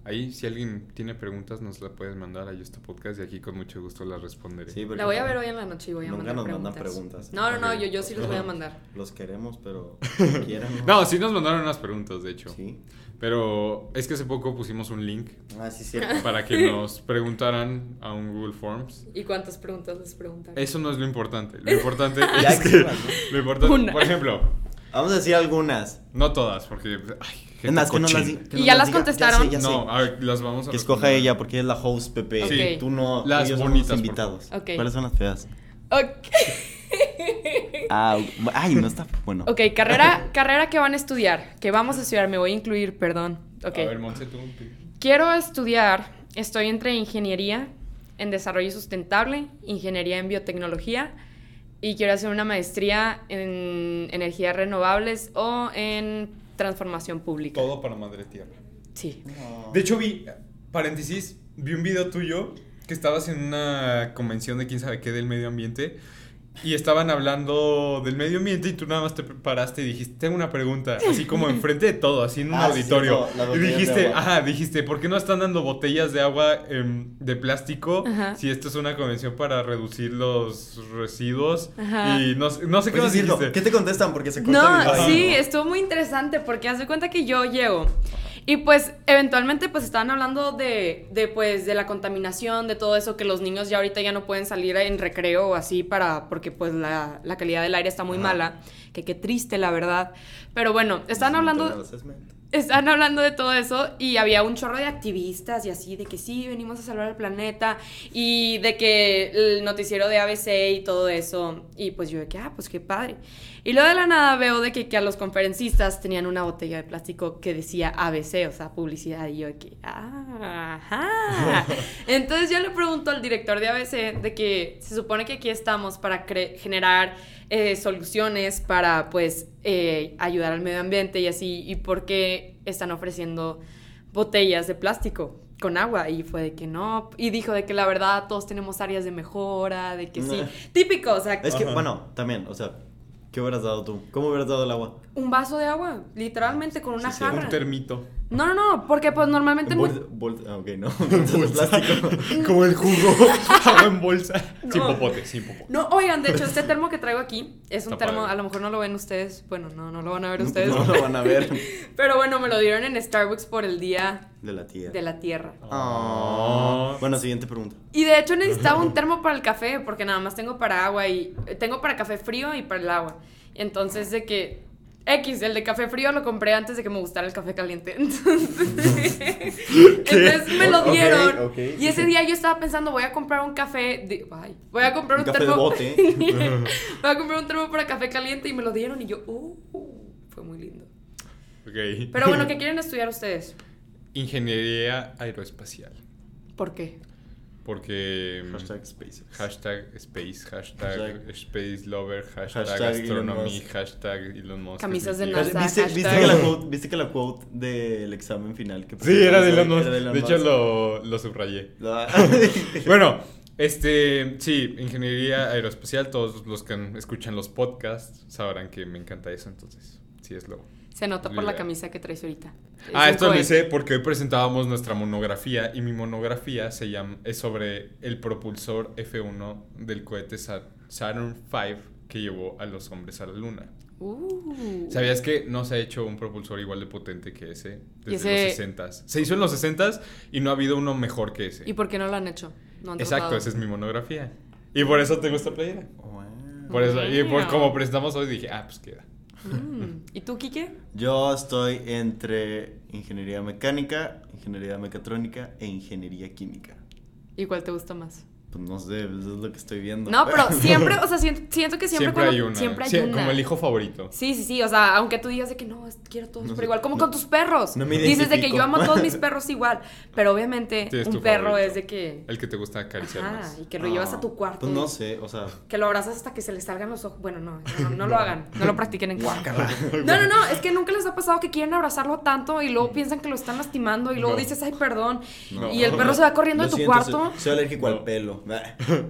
ahí si alguien tiene preguntas nos la puedes mandar a este podcast y aquí con mucho gusto las responderé.
Sí, porque
La voy a ver hoy en la noche y voy a
Nunca
mandar
nos mandan
preguntas.
preguntas.
No, no, no,
Ok.
yo, yo sí los voy a mandar.
Los queremos, pero quieran.
No, sí nos mandaron unas preguntas, de hecho.
Sí.
Pero es que hace poco pusimos un link
Ah, sí, cierto.
para que nos preguntaran a un Google Forms.
¿Y cuántas preguntas les preguntaré?
Eso no es lo importante. Lo importante
Ya
es que...
exhiban, ¿no?
Lo importante,
Una.
por ejemplo,
Vamos a decir algunas.
No todas, porque. Ay, gente
Es más, que no las
cochina.
di- que
¿Y
no
ya
las
las
diga.
contestaron?
Ya sé, ya sé.
No, a ver, las vamos a.
Que escoja
responder.
ella porque ella es la host Pepe.
Sí.
y Tú no.
Las
ellos son los
bonitas, por
invitados.
favor. Ok.
¿Cuáles son las feas?
Ok,
Ah, u- ay, no está bueno.
Ok, carrera, carrera que van a estudiar, que vamos a estudiar, me voy a incluir, perdón. Ok.
A ver, Monse, tú.
Quiero estudiar, estoy entre ingeniería en desarrollo sustentable, ingeniería en biotecnología y quiero hacer una maestría en energías renovables o en transformación pública.
Todo para Madre Tierra.
Sí.
De hecho, vi, paréntesis, vi un video tuyo que estabas en una convención de quién sabe qué del medio ambiente. Y estaban hablando del medio ambiente y tú nada más te paraste y dijiste, tengo una pregunta, así como enfrente de todo, así en un
Ah, sí,
auditorio.
no, las
y
botellas de
dijiste,
agua.
ajá, dijiste, ¿por qué no están dando botellas de agua em, de plástico
Ajá.
si esto es una convención para reducir los residuos?
Ajá.
Y no, sé- no sé
Oye,
qué más
cierto,
dijiste.
Pues ¿Qué te contestan? Porque se corta el
No,
video.
sí, estuvo muy interesante porque haz de cuenta que yo llego y pues eventualmente pues estaban hablando de, de pues de la contaminación, de todo eso que los niños ya ahorita ya no pueden salir en recreo o así para porque pues la, la calidad del aire está muy
Ajá.
mala, que qué triste la verdad. Pero bueno, están hablando
Assessment.
están hablando de todo eso y había un chorro de activistas y así, de que sí, venimos a salvar el planeta y de que el noticiero de ABC y todo eso. Y pues yo de que, ah, pues qué padre. Y luego de la nada veo de que, que a los conferencistas tenían una botella de plástico que decía ABC, o sea, publicidad. Y yo de que, ah, ajá. Entonces yo le pregunto al director de ABC de que se supone que aquí estamos para cre- generar eh, soluciones para pues eh, ayudar al medio ambiente y así, y por qué están ofreciendo botellas de plástico con agua y fue de que no, y dijo de que la verdad todos tenemos áreas de mejora, de que sí, típico, o sea,
Es que,
Ajá.
bueno, también, o sea, ¿qué hubieras dado tú? ¿Cómo hubieras dado el agua?
un vaso de agua, literalmente con una
Sí, sí, un
jarra.
Un termito.
no, no, no, porque pues normalmente en
Bol- bol- ah, ok, no. Entonces, plástico.
Como el jugo. Agua en bolsa. Sin
No.
popote, sin popote.
No, oigan, de hecho, este termo que traigo aquí es un
Está
termo,
padre.
a lo mejor no lo ven ustedes, bueno, no, no lo van a ver ustedes,
No lo van a ver.
pero bueno, me lo dieron en Starbucks por el Día
De la tía.
de la Tierra.
Ah. Bueno, siguiente pregunta.
Y de hecho necesitaba un termo para el café, porque nada más tengo para agua y tengo para café frío y para el agua. Entonces de que X, el de café frío lo compré antes de que me gustara el café caliente. Entonces, entonces me lo
Ok,
dieron.
ok,
y ese
ok.
día yo estaba pensando, voy a comprar un café de- ay, voy a comprar
Un
un,
café de
termo.
bote.
voy a comprar un termo para café caliente y me lo dieron y yo, uh, uh, fue muy lindo.
Ok.
Pero bueno, ¿qué quieren estudiar ustedes?
Ingeniería aeroespacial.
¿Por qué?
Porque. mm,
Hashtag spaces.
hashtag space, hashtag,
Hashtag-
space lover, hashtag,
Hashtag Elon
astronomy,
Musk.
hashtag Elon Musk.
Camisas de
Hashtag-
NASA. hashtag.
¿Viste, viste que la quote, viste que la quote del examen final que
Sí, era de Elon
era
Musk.
Elon
De hecho,
Musk?
lo, lo subrayé.
La-
Bueno, este, sí, ingeniería aeroespacial. Todos los que escuchan los podcasts sabrán que me encanta eso, entonces, sí es lo.
Se nota por
Ni
la
idea.
camisa que traes ahorita. Es
Ah,
un
esto lo
cohete.
hice porque hoy presentábamos nuestra monografía y mi monografía se llama, es sobre el propulsor F1 del cohete Sa- Saturn V que llevó a los hombres a la luna.
Uh.
¿Sabías que no se ha hecho un propulsor igual de potente que ese
Y
desde
ese-
los 60 Se hizo en los 60 y no ha habido uno mejor que ese.
¿Y por qué no lo han hecho? No han
Exacto,
tratado.
esa es mi monografía. Y por eso tengo esta playera.
Wow.
Por eso, y por
Wow.
como presentamos hoy dije, ah, pues queda.
Mm. ¿Y tú, Quique?
Yo estoy entre ingeniería mecánica, ingeniería mecatrónica e ingeniería química.
¿Y cuál te gusta más?
Pues no sé, pues es lo que estoy viendo.
No, pero siempre, o sea, siento, siento que siempre,
Siempre,
cuando-
hay una.
Siempre hay
Sie-
una.
Como el hijo favorito.
Sí, sí, sí, o sea, aunque tú digas de que no, es- quiero todos
No
por
sé,
igual, como
no-
con tus perros.
no me
Dices de que
identifico.
yo amo a todos mis perros igual, pero obviamente
Tienes
un
tu
perro
favorito.
es de que
El que te gusta acariciar
ajá,
más.
y que lo llevas a tu cuarto.
Pues
y
no sé, o sea.
Que lo abrazas hasta que se le salgan los ojos. Bueno, no, no, no lo hagan, no lo practiquen en casa.
guácala.
No, no, no, es que nunca les ha pasado que quieren abrazarlo tanto y luego piensan que lo están lastimando y luego
Mm. No.
dices, ay, perdón.
No.
y el perro se va corriendo
Lo
de tu
siento,
cuarto.
Soy, soy alérgico
No.
al pelo.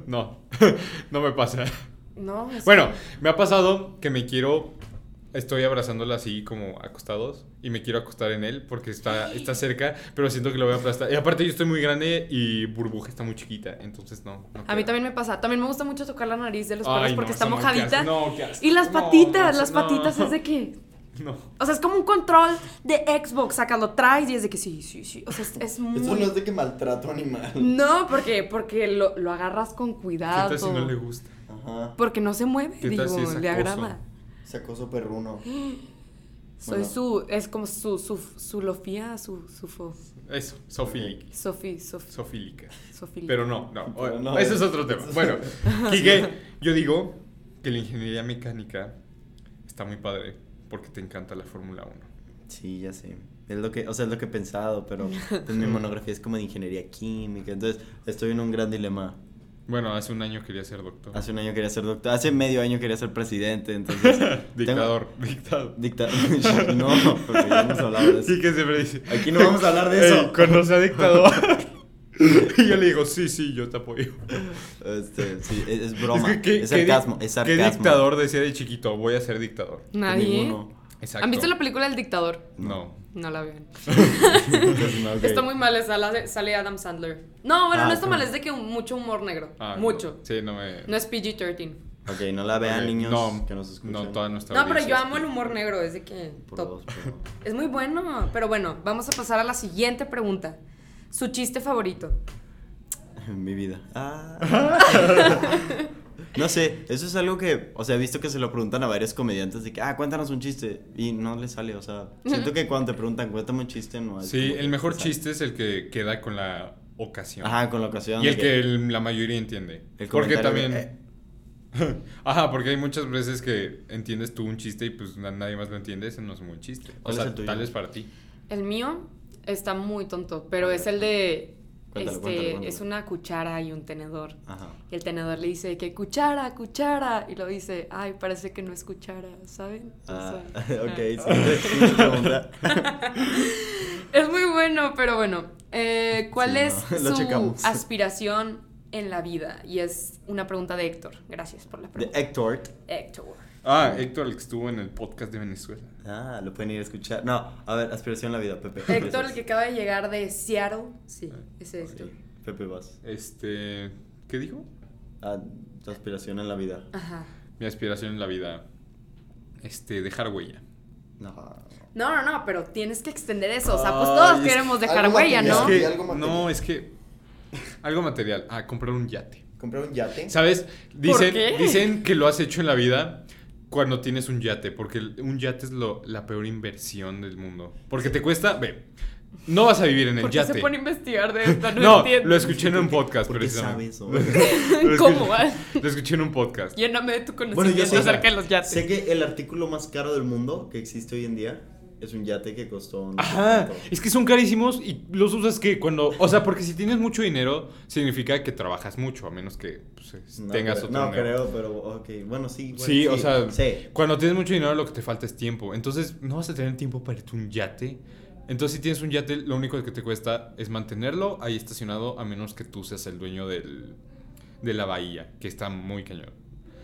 No, no me pasa.
No, es-
Bueno, me ha pasado que me quiero. Estoy abrazándola así como acostados y me quiero acostar en él porque está, está cerca, pero siento que lo voy a aplastar. Y aparte yo estoy muy grande y burbuja está muy chiquita, entonces no. no
A mí
queda.
también me pasa. También me gusta mucho tocar la nariz de los
Ay,
perros porque
no,
está
eso no, qué
mojadita.
asco, no, qué asco.
y las
No,
patitas,
no,
las
no.
patitas es de que.
No.
O sea, es como un control de Xbox. Acá lo traes y es de que sí, sí, sí. O sea, es, es muy.
Eso no es de que maltrato animal.
No, porque, porque lo, lo agarras con
¿Qué
cuidado.
tal si no le gusta?
Ajá.
Porque no se mueve,
¿Qué
digo,
tal si es
le
acoso?
agrada.
Sacoso perruno.
Soy
Bueno.
su. Es como su. Su, su lofía, su. Su. fo-
Eso, sofílica.
Sofi. Sofi.
Sofílica.
sofi-
Pero no, no.
Pero
o-
no,
ese
eh.
es otro tema. Bueno, Quique, yo digo que la ingeniería mecánica está muy padre porque te encanta la Fórmula 1.
Sí, ya sé. Es lo que, o sea, es lo que he pensado, pero pues, mi monografía es como de ingeniería química. Entonces, estoy en un gran dilema.
Bueno, hace un año quería ser doctor.
Hace un año quería ser doctor, hace medio año quería ser presidente, entonces.
Dictador. Dictador.
Dictador. no, porque ya hemos hablado de eso.
Sí, que siempre dice.
Aquí no vamos a hablar de eso.
"Ey, cuando sea dictador. y yo le digo, sí, sí, yo te apoyo.
Este, sí, es, es broma.
Es que, ¿qué-
es
qué di-
sarcasmo. es sarcasmo.
¿Qué dictador decía de chiquito? Voy a ser dictador.
Nadie.
Ninguno.
Exacto.
¿Han visto la película El Dictador?
No.
No la vean.
Entonces, no, ok.
Está muy mal, sale, sale Adam Sandler. No, bueno,
Ah,
no está
ok.
mal, es de que mucho humor negro.
Ah, no.
mucho.
Sí, no me.
No es PG-13.
Ok, no la vean,
Ok,
niños
no,
que nos escuchan.
No, toda nuestra
No, pero yo
audiencia.
amo el humor negro, es de que...
Por
top.
dos, por dos.
Es muy bueno, pero bueno, vamos a pasar a la siguiente pregunta. Su chiste favorito.
Mi vida. No sé, eso es algo que, o sea, he visto que se lo preguntan a varios comediantes de que, ah, cuéntanos un chiste. Y no le sale, o sea, siento que cuando te preguntan, cuéntame un chiste, no hay
Sí,
como que
el mejor
te sale.
chiste es el que queda con la ocasión.
Ajá, con la ocasión.
Y
de
el que el- la mayoría entiende.
El
porque
comentario
también.
de,
Ajá, porque hay muchas veces que entiendes tú un chiste y pues na- nadie más lo entiende, ese no es un buen chiste. O
¿Cuál es
sea,
el tuyo?
tal vez para ti.
El mío está muy tonto, pero es el de...
Cuéntalo,
este,
cuéntalo, cuéntalo.
Es una cuchara y un tenedor.
Ajá.
Y el tenedor le dice que cuchara, cuchara. Y lo dice, ay, parece que no es cuchara, ¿saben? O
Ah,
sea,
ok,
ah.
siguiente- siguiente pregunta.
Es muy bueno, pero bueno. eh, ¿Cuál
Sí,
es
no, lo
su
checamos.
aspiración en la vida? Y es una pregunta de Héctor. Gracias por la
De
pregunta.
Hector.
Héctor.
Ah, Héctor, el que estuvo en el podcast de Venezuela.
Ah, lo pueden ir a escuchar. No, a ver, aspiración a la vida, Pepe.
Héctor, el que acaba de llegar de Seattle. Sí,
Ah,
ese es
Sí,
Héctor.
Pepe vas.
Este. ¿Qué dijo?
Ah, tu aspiración en la vida.
Ajá.
Mi aspiración en la vida. Este, dejar huella.
No.
No, no, no, pero tienes que extender eso. O sea, pues todos
Ay, es-
queremos dejar
algo
huella,
material.
¿no?
Es que,
algo material.
no, es que. Algo material. Ah, comprar un yate.
¿Comprar un yate?
¿Sabes? Dicen,
qué?
dicen que lo has hecho en la vida cuando tienes un yate, porque el- un yate es lo, la peor inversión del mundo. Porque te cuesta, ve, no vas a vivir en el
¿Por qué
yate.
se pone a investigar de esto? No,
no,
entiendo.
lo escuché en un podcast,
¿Por qué
precisamente.
sabes? o-
Lo escuché-
¿Cómo va?
Lo escuché en un podcast.
Lléname de tu
Bueno,
conocimiento
yo sé,
acerca de los yates.
sé que el artículo más caro del mundo que existe hoy en día es un yate que costó un
Ajá, es que son carísimos y los usas que cuando, o sea, porque si tienes mucho dinero significa que trabajas mucho, a menos que pues, es-
No
tengas
creo-
otro
No
negocio.
creo, pero ok. Bueno, sí. bueno,
Sí, o sea,
Sí.
cuando tienes mucho dinero lo que te falta es tiempo. Entonces, no vas a tener tiempo para irte a un yate. Entonces, si tienes un yate, lo único que te cuesta es mantenerlo ahí estacionado, a menos que tú seas el dueño del, de la bahía, que está muy cañón.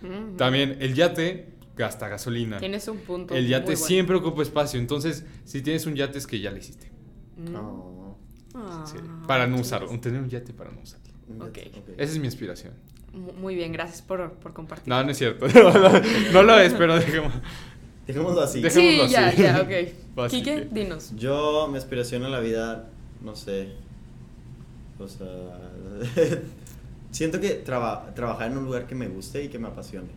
Mm.
También el yate gasta gasolina.
Tienes un punto.
Ah. El yate
muy bueno.
siempre ocupa espacio, entonces si tienes un yate es que ya le hiciste.
Mm.
Oh,
Sí,
Ah,
para no usarlo, tener un yate para no usarlo.
ya
Ok.
te-
Esa es mi inspiración.
mu- Muy bien, gracias por, por compartir.
No, no es cierto. no lo es, pero dejemos.
Dejémoslo así.
Deja-
sí,
dejémoslo
ya,
así.
ya, ok.
Fácil,
Quique,
sí.
dinos.
Yo, mi aspiración en la vida, no sé. O sea. siento que traba- trabajar en un lugar que me guste y que me apasione.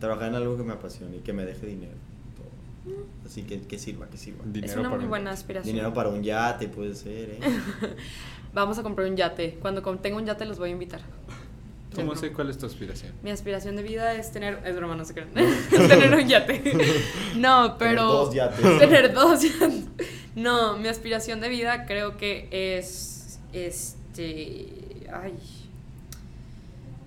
Trabajar en algo que me apasione y que me deje dinero. todo. Así que que sirva, que sirva.
Dinero
es una
para
muy
un-
buena aspiración.
Dinero para un yate puede ser, ¿eh?
Vamos a comprar un yate. Cuando com- tenga un yate los voy a invitar.
¿Cómo
Ya
sé
no.
cuál es tu aspiración?
Mi aspiración de vida es tener... Es broma, no se crean. tener un yate. No, pero...
Tener dos yates.
Tener dos yates. No, mi aspiración de vida creo que es... Este... Ay...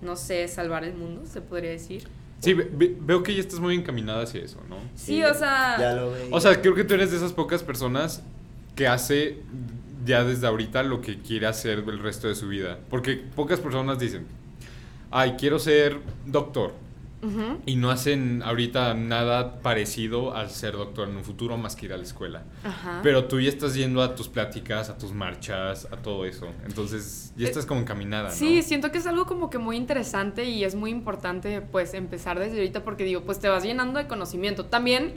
No sé, salvar el mundo, se podría decir.
Sí, ve- ve- veo que ya estás muy encaminada hacia eso, ¿no?
Sí, o sea...
Eh, Ya lo ve.
O sea, creo que tú eres de esas pocas personas que hace ya desde ahorita lo que quiere hacer el resto de su vida. Porque pocas personas dicen, ay, quiero ser doctor.
Ujú.
Y no hacen ahorita nada parecido al ser doctor en un futuro más que ir a la escuela.
Ajá.
Pero tú ya estás yendo a tus pláticas, a tus marchas, a todo eso. Entonces, ya
Eh,
estás como encaminada, ¿no?
Sí, siento que es algo como que muy interesante y es muy importante pues empezar desde ahorita porque digo, pues te vas llenando de conocimiento. También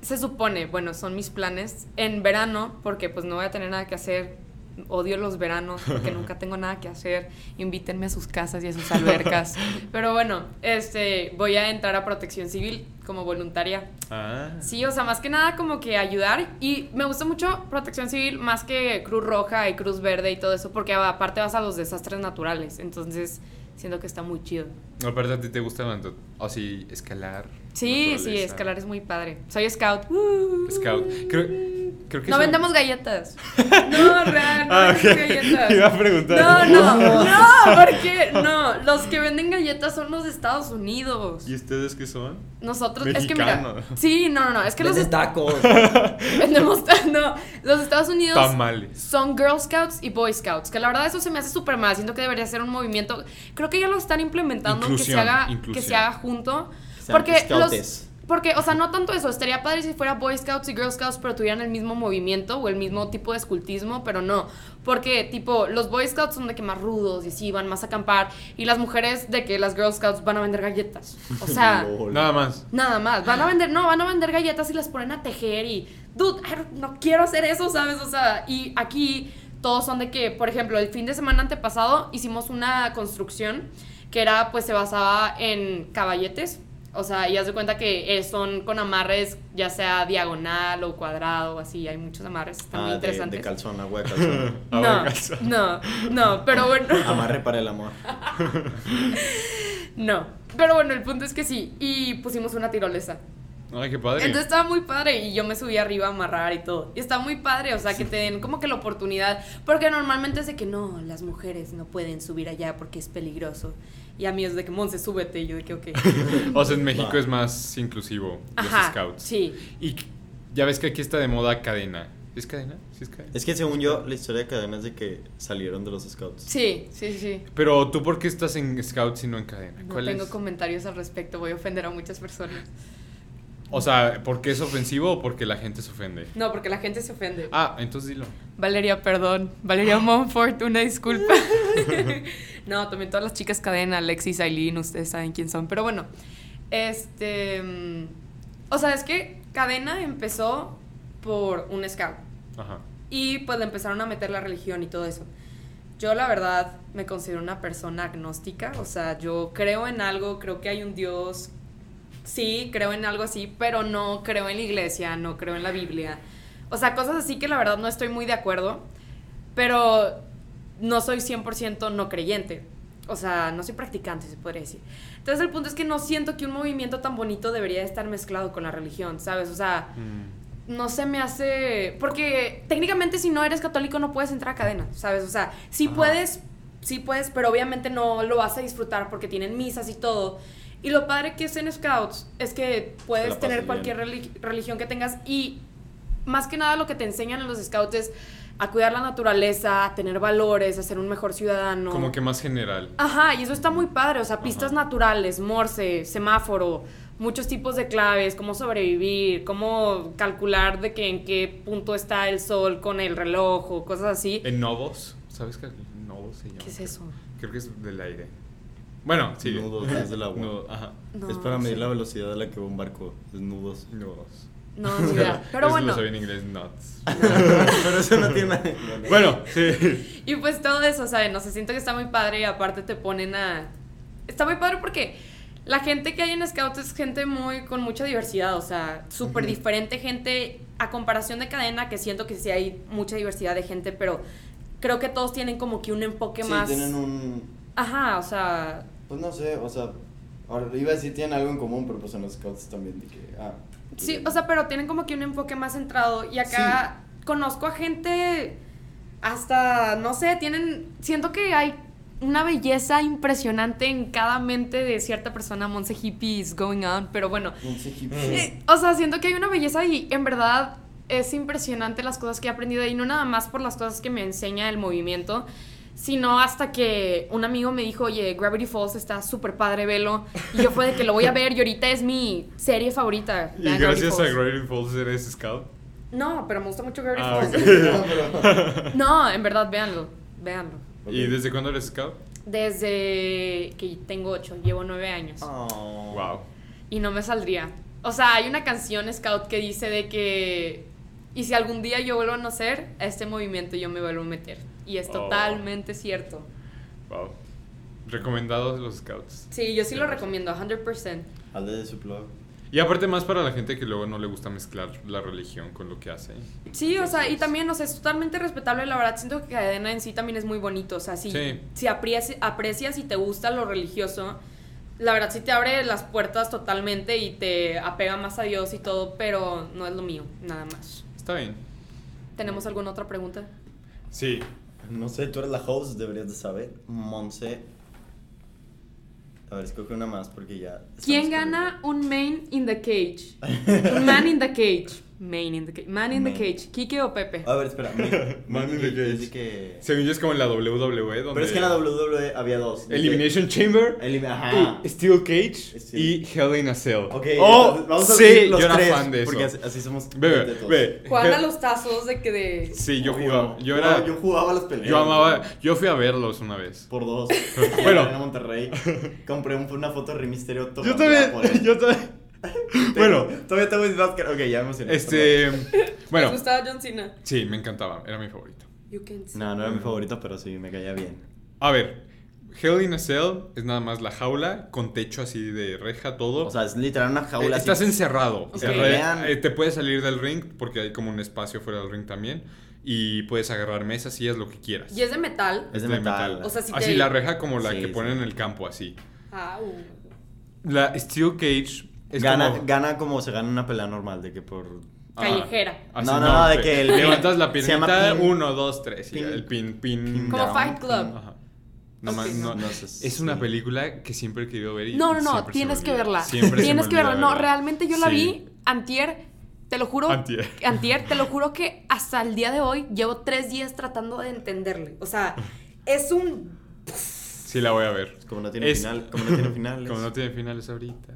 se supone, bueno, son mis planes en verano porque pues no voy a tener nada que hacer. Odio los veranos porque nunca tengo nada que hacer. Invítenme a sus casas y a sus albercas. Pero bueno, este voy a entrar a Protección Civil como voluntaria.
Ah.
Sí, o sea, más que nada como que ayudar y me gusta mucho Protección Civil más que Cruz Roja y Cruz Verde y todo eso porque aparte vas a los desastres naturales, entonces siento que está muy chido.
Aparte, a ti te gusta, tanto, así, escalar.
Sí, sí,
naturaleza.
escalar es muy padre. Soy scout. ¡Uh!
Scout. Creo, creo que
No
eso-
vendamos galletas. No, real, no
Ah,
vendemos
ok.
galletas.
Iba a preguntar.
No, no, no, porque no, los que venden galletas son los de Estados Unidos.
¿Y ustedes qué son?
Nosotros, es que mira,
Mexicano.
sí, no, no, no, es que los
Venden
est-
tacos.
vendemos, no, los Estados Unidos
Tamales.
son Girl Scouts y Boy Scouts, que la verdad eso se me hace súper mal, siento que debería ser un movimiento, creo que ya lo están implementando, que se
Inclusión,
haga, que
inclusión.
se haga junto,
Sean
porque los...
scoutes.
Porque, o sea, no tanto eso, estaría padre si fuera Boy Scouts y Girl Scouts, pero tuvieran el mismo movimiento o el mismo tipo de escultismo, pero no. Porque, tipo, los Boy Scouts son de que más rudos y así, van más a acampar, y las mujeres de que las Girl Scouts van a vender galletas. O sea,
Lol.
Nada más.
Nada más, van
Ah.
a vender, no, van a vender galletas y las ponen a tejer y, dude, I don't- no quiero hacer eso, ¿sabes? O sea, y aquí todos son de que, por ejemplo, el fin de semana antepasado hicimos una construcción que era, pues se basaba en caballetes, o sea, y haz de cuenta que eh, son con amarres, ya sea diagonal o cuadrado, así, hay muchos amarres, están muy
Ah, de,
interesantes.
de calzón, agua de calzón.
Ah, bueno, calzón.
no, no, no, pero bueno.
Amarre para el amor.
No, pero bueno, el punto es que sí, y pusimos una tirolesa.
Ay, qué padre.
Entonces estaba muy padre y yo me subí arriba a amarrar y todo. Y está muy padre, o sea, que te den como que la oportunidad, porque normalmente es de que no, las mujeres no pueden subir allá porque es peligroso. Y a mí es de que, Monse, súbete. Y yo de que, ok.
o sea, en México
Va.
es más inclusivo los
Ajá,
scouts.
sí.
Y c- ya ves que aquí está de moda cadena. ¿Es cadena? Sí, es cadena.
Es que según yo, la historia de cadenas de que salieron de los scouts.
Sí, sí, sí.
Pero tú, ¿por qué estás en scouts y no en cadena?
No
¿Cuál
tengo
es?
comentarios al respecto, voy a ofender a muchas personas.
O sea, ¿por qué es ofensivo o porque la gente se ofende?
No, porque la gente se ofende.
Ah, entonces dilo.
Valeria, perdón. Valeria Monfort, una disculpa. no, también todas las chicas cadena, Alexis, Aileen, ustedes saben quién son. Pero bueno, este. mm, O sea, es que cadena empezó por un scout.
Ajá.
Y pues le empezaron a meter la religión y todo eso. Yo la verdad me considero una persona agnóstica, o sea, yo creo en algo, creo que hay un Dios, sí, creo en algo así, pero no creo en la iglesia, no creo en la Biblia. O sea, cosas así que la verdad no estoy muy de acuerdo, pero no soy 100% no creyente. O sea, no soy practicante, se podría decir. Entonces el punto es que no siento que un movimiento tan bonito debería estar mezclado con la religión, ¿sabes? O sea,
Mm.
no se me hace. Porque técnicamente, si no eres católico, no puedes entrar a cadena, ¿sabes? O sea, sí
Ajá.
puedes, sí puedes, pero obviamente no lo vas a disfrutar porque tienen misas y todo. Y lo padre que es en Scouts es que puedes
pasas
tener
bien.
cualquier relig- religión que tengas y más que nada lo que te enseñan en los Scouts es a cuidar la naturaleza, a tener valores, a ser un mejor ciudadano.
Como que más general.
Ajá, y eso está muy padre, o sea, pistas
Ajá.
naturales, morse, semáforo, muchos tipos de claves, cómo sobrevivir, cómo calcular de que en qué punto está el sol con el reloj o cosas así.
En Novos, ¿sabes qué? Novos se llama.
¿Qué es eso?
Creo que es del aire. Bueno, sí.
Nudos es del agua.
ajá.
No,
es para medir
sí.
la velocidad a la que va un barco. Es nudos.
Nudos.
No, ni idea. Ah, Pero
Eso
bueno.
lo sabía en inglés, nuts.
Pero eso no tiene nada. de-
Bueno, sí.
Y pues todo eso, ¿saben? No sé, siento que está muy padre y aparte te ponen a... Está muy padre porque la gente que hay en Scout es gente muy con mucha diversidad, o sea, súper diferente gente a comparación de cadena, que siento que sí hay mucha diversidad de gente, pero creo que todos tienen como que un enfoque
sí,
más...
tienen un.
Ajá, o sea...
Pues no sé, o sea. Ahora, iba a decir tienen algo en común, pero pues en los scouts también. De que, ah,
Sí, o sea, pero tienen como que un enfoque más centrado y acá conozco a gente hasta, no sé, tienen, siento que hay una belleza impresionante en cada mente de cierta persona, Monse Hippie is going on, pero bueno,
Un CGP.
eh, o sea, siento que hay una belleza y en verdad es impresionante las cosas que he aprendido y no nada más por las cosas que me enseña el movimiento, sino hasta que un amigo me dijo, oye, Gravity Falls está súper padre, velo. Y yo fue de que lo voy a ver y ahorita es mi serie favorita.
Y
Vean
gracias a
Falls.
Gravity Falls eres scout.
No, pero me gusta mucho Gravity
Ah,
Falls.
No, pero-
No, en verdad, véanlo, véanlo.
¿Y desde cuándo eres scout?
Desde que tengo ocho, llevo nueve años.
Oh.
Wow.
y no me saldría. O sea, hay una canción Scout que dice de que y si algún día yo vuelvo a nacer, a este movimiento yo me vuelvo a meter. Y es
Oh.
totalmente cierto.
Wow. Recomendados los scouts.
Sí, yo sí lo recomiendo, 100%.
Hazle de su blog.
Y aparte más para la gente que luego no le gusta mezclar la religión con lo que hace.
Sí, o sea, y también, o sea, es totalmente respetable, la verdad, siento que cadena en sí también es muy bonito, o sea, si,
Sí.
si apreci- aprecias y te gusta lo religioso, la verdad sí te abre las puertas totalmente y te apega más a Dios y todo, pero no es lo mío, nada más.
Está bien.
¿Tenemos alguna otra pregunta?
Sí.
No sé, tú eres la host, deberías de saber. Monse. A ver, escoge una más porque ya. estamos
¿Quién
con
gana
el-
un main in the cage? Un man in the cage. Main in the cage. Man in
Man.
the cage. ¿Quique o Pepe?
A ver, espera. mi-
Man
mi-
in the
es de
cage.
que-
Según yo es como en la WWE. Donde
Pero es que en la E WWE había dos. de que-
Elimination Chamber.
Elim- Ajá.
y Steel Cage
Sí.
y Hell in a Cell.
Ah. Ok,
oh,
entonces vamos a
sí,
decir los
yo era
tres,
fan de eso.
Porque así, así somos.
Bebe,
de todos.
ve.
Juegan a los tazos de que de...
Sí, yo
Obvio.
jugaba. Yo
Jugaba-
era.
Yo jugaba las peleas.
Yo amaba. Yo fui a verlos una vez.
Por dos.
Bueno.
En Monterrey. Compré un- una foto de Rey Misterio
Yo
autografiada por
también.
él.
Yo también. Bueno,
Todavía tengo mis máscaras. Ok, ya me emocioné.
este. Bueno,
¿Les gustaba John Cena?
sí, me encantaba. Era mi favorito.
You can see.
No, no era mi favorito, pero sí, me caía bien.
A ver, Hell in a Cell es nada más la jaula con techo así de reja, todo.
O sea, es literal una
Eh,
jaula. así.
estás encerrado. O sea,
Ok.
re-
Vean.
eh, te puedes salir del ring porque hay como un espacio fuera del ring también. Y puedes agarrar mesas, sillas, lo que quieras.
Y es de metal.
Es de metal.
O sea, si
así
te-
la reja como la
Sí,
que
sí.
ponen en el campo, así.
Ah, uh.
La Steel Cage es
gana,
como...
gana como se gana una pelea normal, de que por.
Ajá.
Callejera.
Así,
No, no, no, de
te-
que el-
Levantas la
se llama
piernita,
pin.
uno, dos, tres, y
Pin.
el pin, pin...
Como
down,
Fight Club.
pin-
Mm, Ajá. No,
Ok,
más,
no.
no,
No sé,
es una
sí.
película que siempre he querido ver. Y
No, no, no,
siempre se
tienes
me
que
olvida.
verla.
Siempre se
tienes
me
que verla.
olvida
No, realmente yo la
Sí.
vi antier, te lo juro.
Antier.
Antier, te lo juro que hasta el día de hoy llevo tres días tratando de entenderle. O sea, es un...
Sí, la voy a ver.
Como no tiene
Es-
final. Como no tiene finales.
Como no tiene finales ahorita.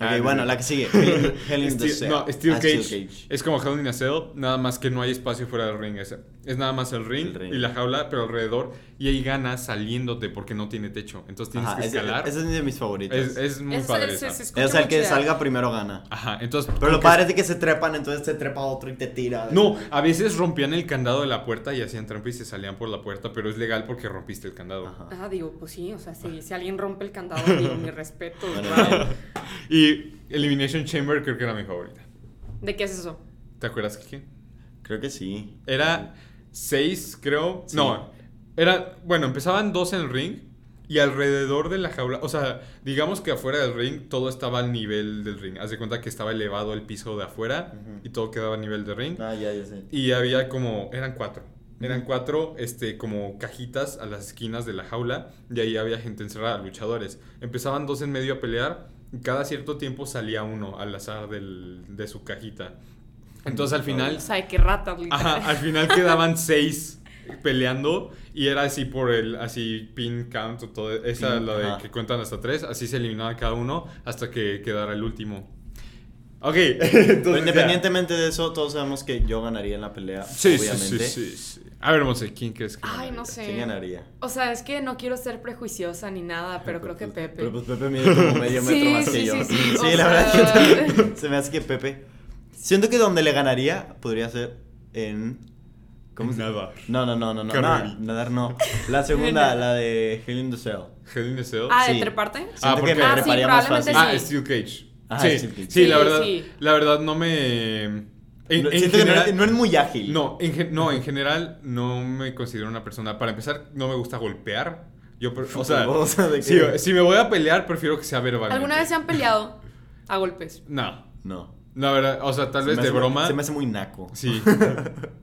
Ok, bueno, la que sigue. Hell Hell in the Cell.
No, Ah, Steel
Ah,
Cage, es como Hell in a Cell, nada más que no hay espacio fuera del ring. Es, es nada más el ring,
El ring.
y la jaula, pero alrededor. Y ahí ganas saliéndote porque no tiene techo. Entonces tienes
Ajá,
que
ese,
escalar.
ese es de mis favoritos.
Es, Ah, es muy padre. esa.
o sea, el que salga primero gana.
Ajá, entonces.
Pero lo
porque-
padre es de que se trepan, entonces se trepa otro y te tira.
No, a veces rompían el candado de la puerta y hacían trampa y se salían por la puerta, pero es legal porque rompiste el candado.
Ajá.
Ah, digo, pues sí, o sea, si, si alguien rompe el candado, digo, mi respeto.
Bueno,
wow.
bien.
Y Elimination Chamber creo que era mi favorita.
¿De qué es eso?
¿Te acuerdas, Kiki?
Creo que sí.
Era seis, creo. No, era. Bueno, empezaban dos en el ring y alrededor de la jaula. O sea, digamos que afuera del ring todo estaba al nivel del ring. Haz de cuenta que estaba elevado el piso de afuera
Ujú.
y todo quedaba a nivel del ring.
Ah, ya, ya sé.
Y había como. Eran cuatro. Eran
Ujú.
cuatro, este, como cajitas a las esquinas de la jaula. Y ahí había gente encerrada, luchadores. Empezaban dos en medio a pelear. Y cada cierto tiempo salía uno al azar del- de su cajita. Entonces al final
O sea, de qué rata, literal.
Ajá, al final quedaban seis peleando y era así por el así pin count o todo esa
Pin,
la de
ajá.
que cuentan hasta tres así se eliminaba cada uno hasta que quedara el último Ok,
Pero
entonces ya.
independientemente de eso, todos sabemos que yo ganaría en la pelea.
Sí, sí, sí,
obviamente.
sí, sí. A ver, Monse, ¿quién crees que
Ay, no
ganaría?
sé.
¿Quién ganaría?
O sea, es que no quiero ser prejuiciosa ni nada, pero creo que
pues,
Pepe.
Pero pues Pepe mide como medio metro
Sí,
más
sí,
que
sí,
yo.
sí, o
la
sea-
verdad yo también. Se me hace que Pepe. Siento que donde le ganaría podría ser en.
¿Cómo
se-
Nada.
No, no, no, no, no.
Carrerí.
no, Nadar no. La segunda, la de Hell in the Cell.
Helen Deseo.
ah,
sí.
de treparte.
Ah,
Siento
¿por
que
qué?
me
Ah, sí,
treparía más
probablemente
fácil.
sí.
Ah, Steel Cage.
Ah,
sí,
Steel Cage.
sí, la
Sí,
verdad,
sí.
la verdad no me en,
No,
Ah, en
siento que no
general-
eres- no eres muy ágil.
No, en, gen- no, en general no me considero una persona. Para empezar, no me gusta golpear. Yo, pre- o sea,
O sea, de
si,
que-
si me voy a pelear, prefiero que sea verbal.
¿Alguna vez se han peleado a golpes?
No,
No.
la verdad, o sea, tal
Se
vez
me
de
hace-
broma.
Se me hace muy naco.
Sí,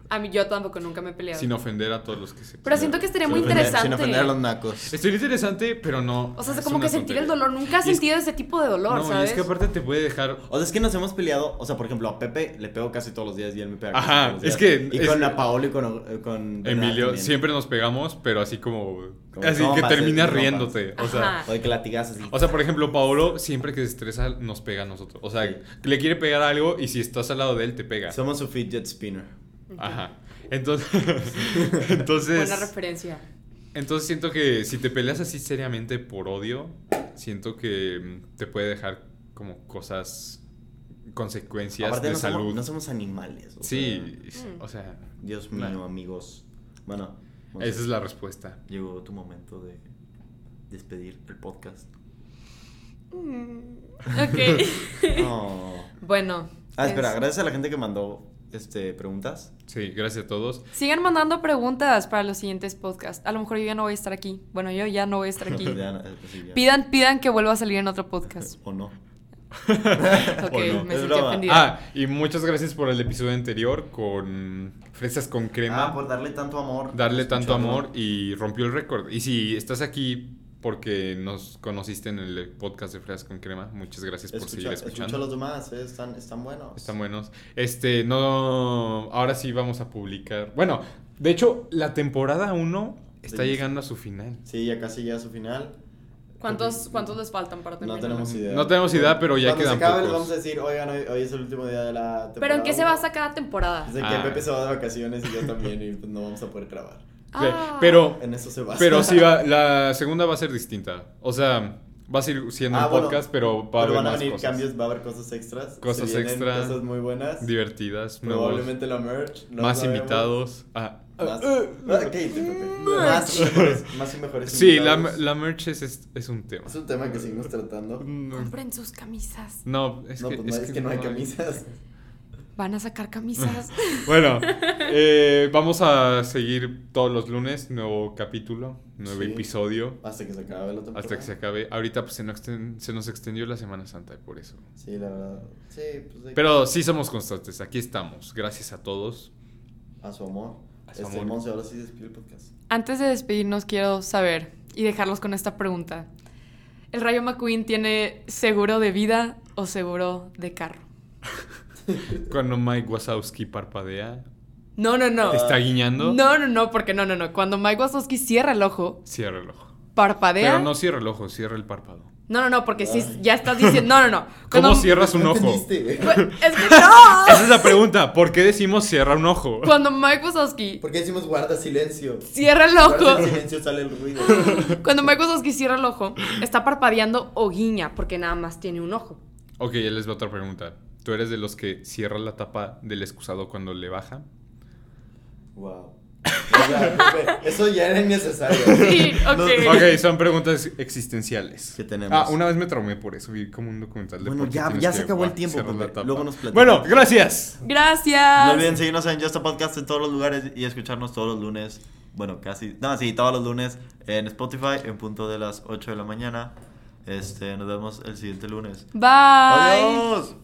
A mí yo tampoco nunca me he peleado.
sin ofender a todos los que se.
pero siento que estaría muy
Sin ofender-
interesante.
Sin ofender a los nacos.
Estaría interesante, pero no.
O sea, es
es
como
una
que sentir el
tontería.
dolor. Nunca has
Y es-
sentido ese tipo de dolor,
No, y
¿sabes?
es que aparte te puede dejar.
O sea, es que nos hemos peleado. O sea, por ejemplo, a Pepe le pego casi todos los días y él me pega. casi
Ajá,
todos los
es
días.
que-
Y
es-
con la Paola y con. eh, con Bernardo
Emilio,
también.
siempre nos pegamos, pero así como.
Como eh,
así
compas,
que terminas
compas.
riéndote. O sea.
Ajá.
O de que latigas así.
O sea, por ejemplo, Paolo siempre que se estresa nos pega a nosotros. O sea,
Sí.
le quiere pegar algo y si estás al lado de él te pega.
Somos su fidget spinner.
Ajá. Entonces,
Buena
entonces,
referencia.
entonces siento que si te peleas así seriamente por odio, siento que mm, te puede dejar como cosas, consecuencias
Aparte,
de
no
salud.
somos, no somos animales. o
sí,
sea,
es-
Mm.
o sea,
Dios mío,
Nah.
amigos. Bueno, no sé,
esa es la respuesta.
llegó tu momento de despedir el podcast.
Mm, Ok.
No.
bueno.
Ah, espera,
es-
gracias a la gente que mandó este, preguntas.
Sí, gracias a todos.
Sigan mandando preguntas para los siguientes podcasts. A lo mejor yo ya no voy a estar aquí. Bueno, yo ya no voy a estar aquí.
Ya, eh, sí, ya.
Pidan, pidan que vuelva a salir en otro podcast.
O no.
Ok,
O no.
me
Es
sentí
broma.
ofendida.
Ah, y muchas gracias por el episodio anterior con fresas con crema.
Ah, por darle tanto amor.
darle tanto
Escucharlo.
amor y rompió el récord. Y si estás aquí porque nos conociste en el podcast de Fresas con Crema, muchas gracias por
Escucha,
seguir
escucha a
escuchando.
los demás, eh, están, están buenos.
Están buenos. Este, no, ahora sí vamos a publicar. Bueno, de hecho, la temporada 1 está
Sí.
llegando a su final.
Sí, ya casi llega a su final.
¿Cuántos, ¿Cuántos les faltan para
No
terminar?
tenemos idea.
No tenemos idea, pero ya
Cuando
quedan
se acabe,
pocos.
les vamos a decir, oigan, hoy, hoy es el último día de la temporada.
¿Pero en qué se
uno".
basa cada temporada?
Es de que
Ah.
Pepe se va de vacaciones y yo también, y pues no vamos a poder grabar.
Ah.
Pero,
En eso se basa.
pero sí, va, la segunda va a ser distinta. O sea, va a seguir siendo
Ah,
un
bueno,
podcast, pero va a
Pero
haber
van a
más
venir
cosas
cambios, va a haber cosas extras.
Cosas
se vienen
extra.
Cosas muy buenas.
divertidas, nuevos,
Probablemente la merch. no
más
sabemos.
invitados. Ah.
Más, Ah, cállate, Pepe. Más y mejores, más y mejores
Sí, la,
invitados.
la merch es, es, es un tema.
Es un tema que seguimos tratando.
Compren sus camisas.
No, es
no,
que,
pues no, es que no hay camisas.
Van a sacar camisas.
Bueno, eh, vamos a seguir todos los lunes, nuevo capítulo, nuevo
Sí.
episodio,
Hasta que se acabe la temporada.
hasta que se acabe. Ahorita pues, se, nos exten- se nos extendió la Semana Santa, por eso.
Sí, la verdad. Sí, pues de-
Pero sí somos constantes, aquí estamos. Gracias a todos.
A su amor.
A su
este
amor.
Monse, ahora sí despide el podcast.
Antes de despedirnos, quiero saber y dejarlos con esta pregunta. ¿El Rayo McQueen tiene seguro de vida o seguro de carro?
Cuando Mike Wazowski parpadea,
No, no, no.
¿te está guiñando?
No, no, no, porque no, no, no. Cuando Mike Wazowski cierra el ojo,
Cierra el ojo.
parpadea.
Pero no cierra el ojo, cierra el párpado.
No, no, no, porque si
Ay.
ya estás diciendo. No, no, no.
¿Cómo
Cuando-
cierras un
¿No
ojo?
entendiste?
Pues, Es que no.
Esa es la pregunta. ¿Por qué decimos cierra un ojo?
Cuando Mike Wazowski
¿Por qué decimos guarda silencio?
cierra el
Guarda el
ojo.
silencio sale el ruido.
Cuando Mike Wazowski cierra el ojo, está parpadeando o guiña, porque nada más tiene un ojo.
Ok, ya les va otra pregunta. ¿Tú eres de los que cierra la tapa del excusado cuando le baja?
wow. O sea, Pepe, eso ya era innecesario.
Sí, ok.
Ok, son preguntas existenciales.
¿Qué tenemos?
Ah, una vez me traumé por eso, vi como un documental de
Bueno,
por qué
ya-
tienes
ya se
que
acabó el
bajar-
tiempo,
cerrar la
Pepe.
tapa.
Luego nos platicas.
Bueno, gracias.
Gracias.
No olviden seguirnos en Just a Podcast en todos los lugares y escucharnos todos los lunes. Bueno, casi. No, sí, todos los lunes en Spotify en punto de las 8 de la mañana. Este, nos vemos el siguiente lunes.
Bye.
¡Adiós!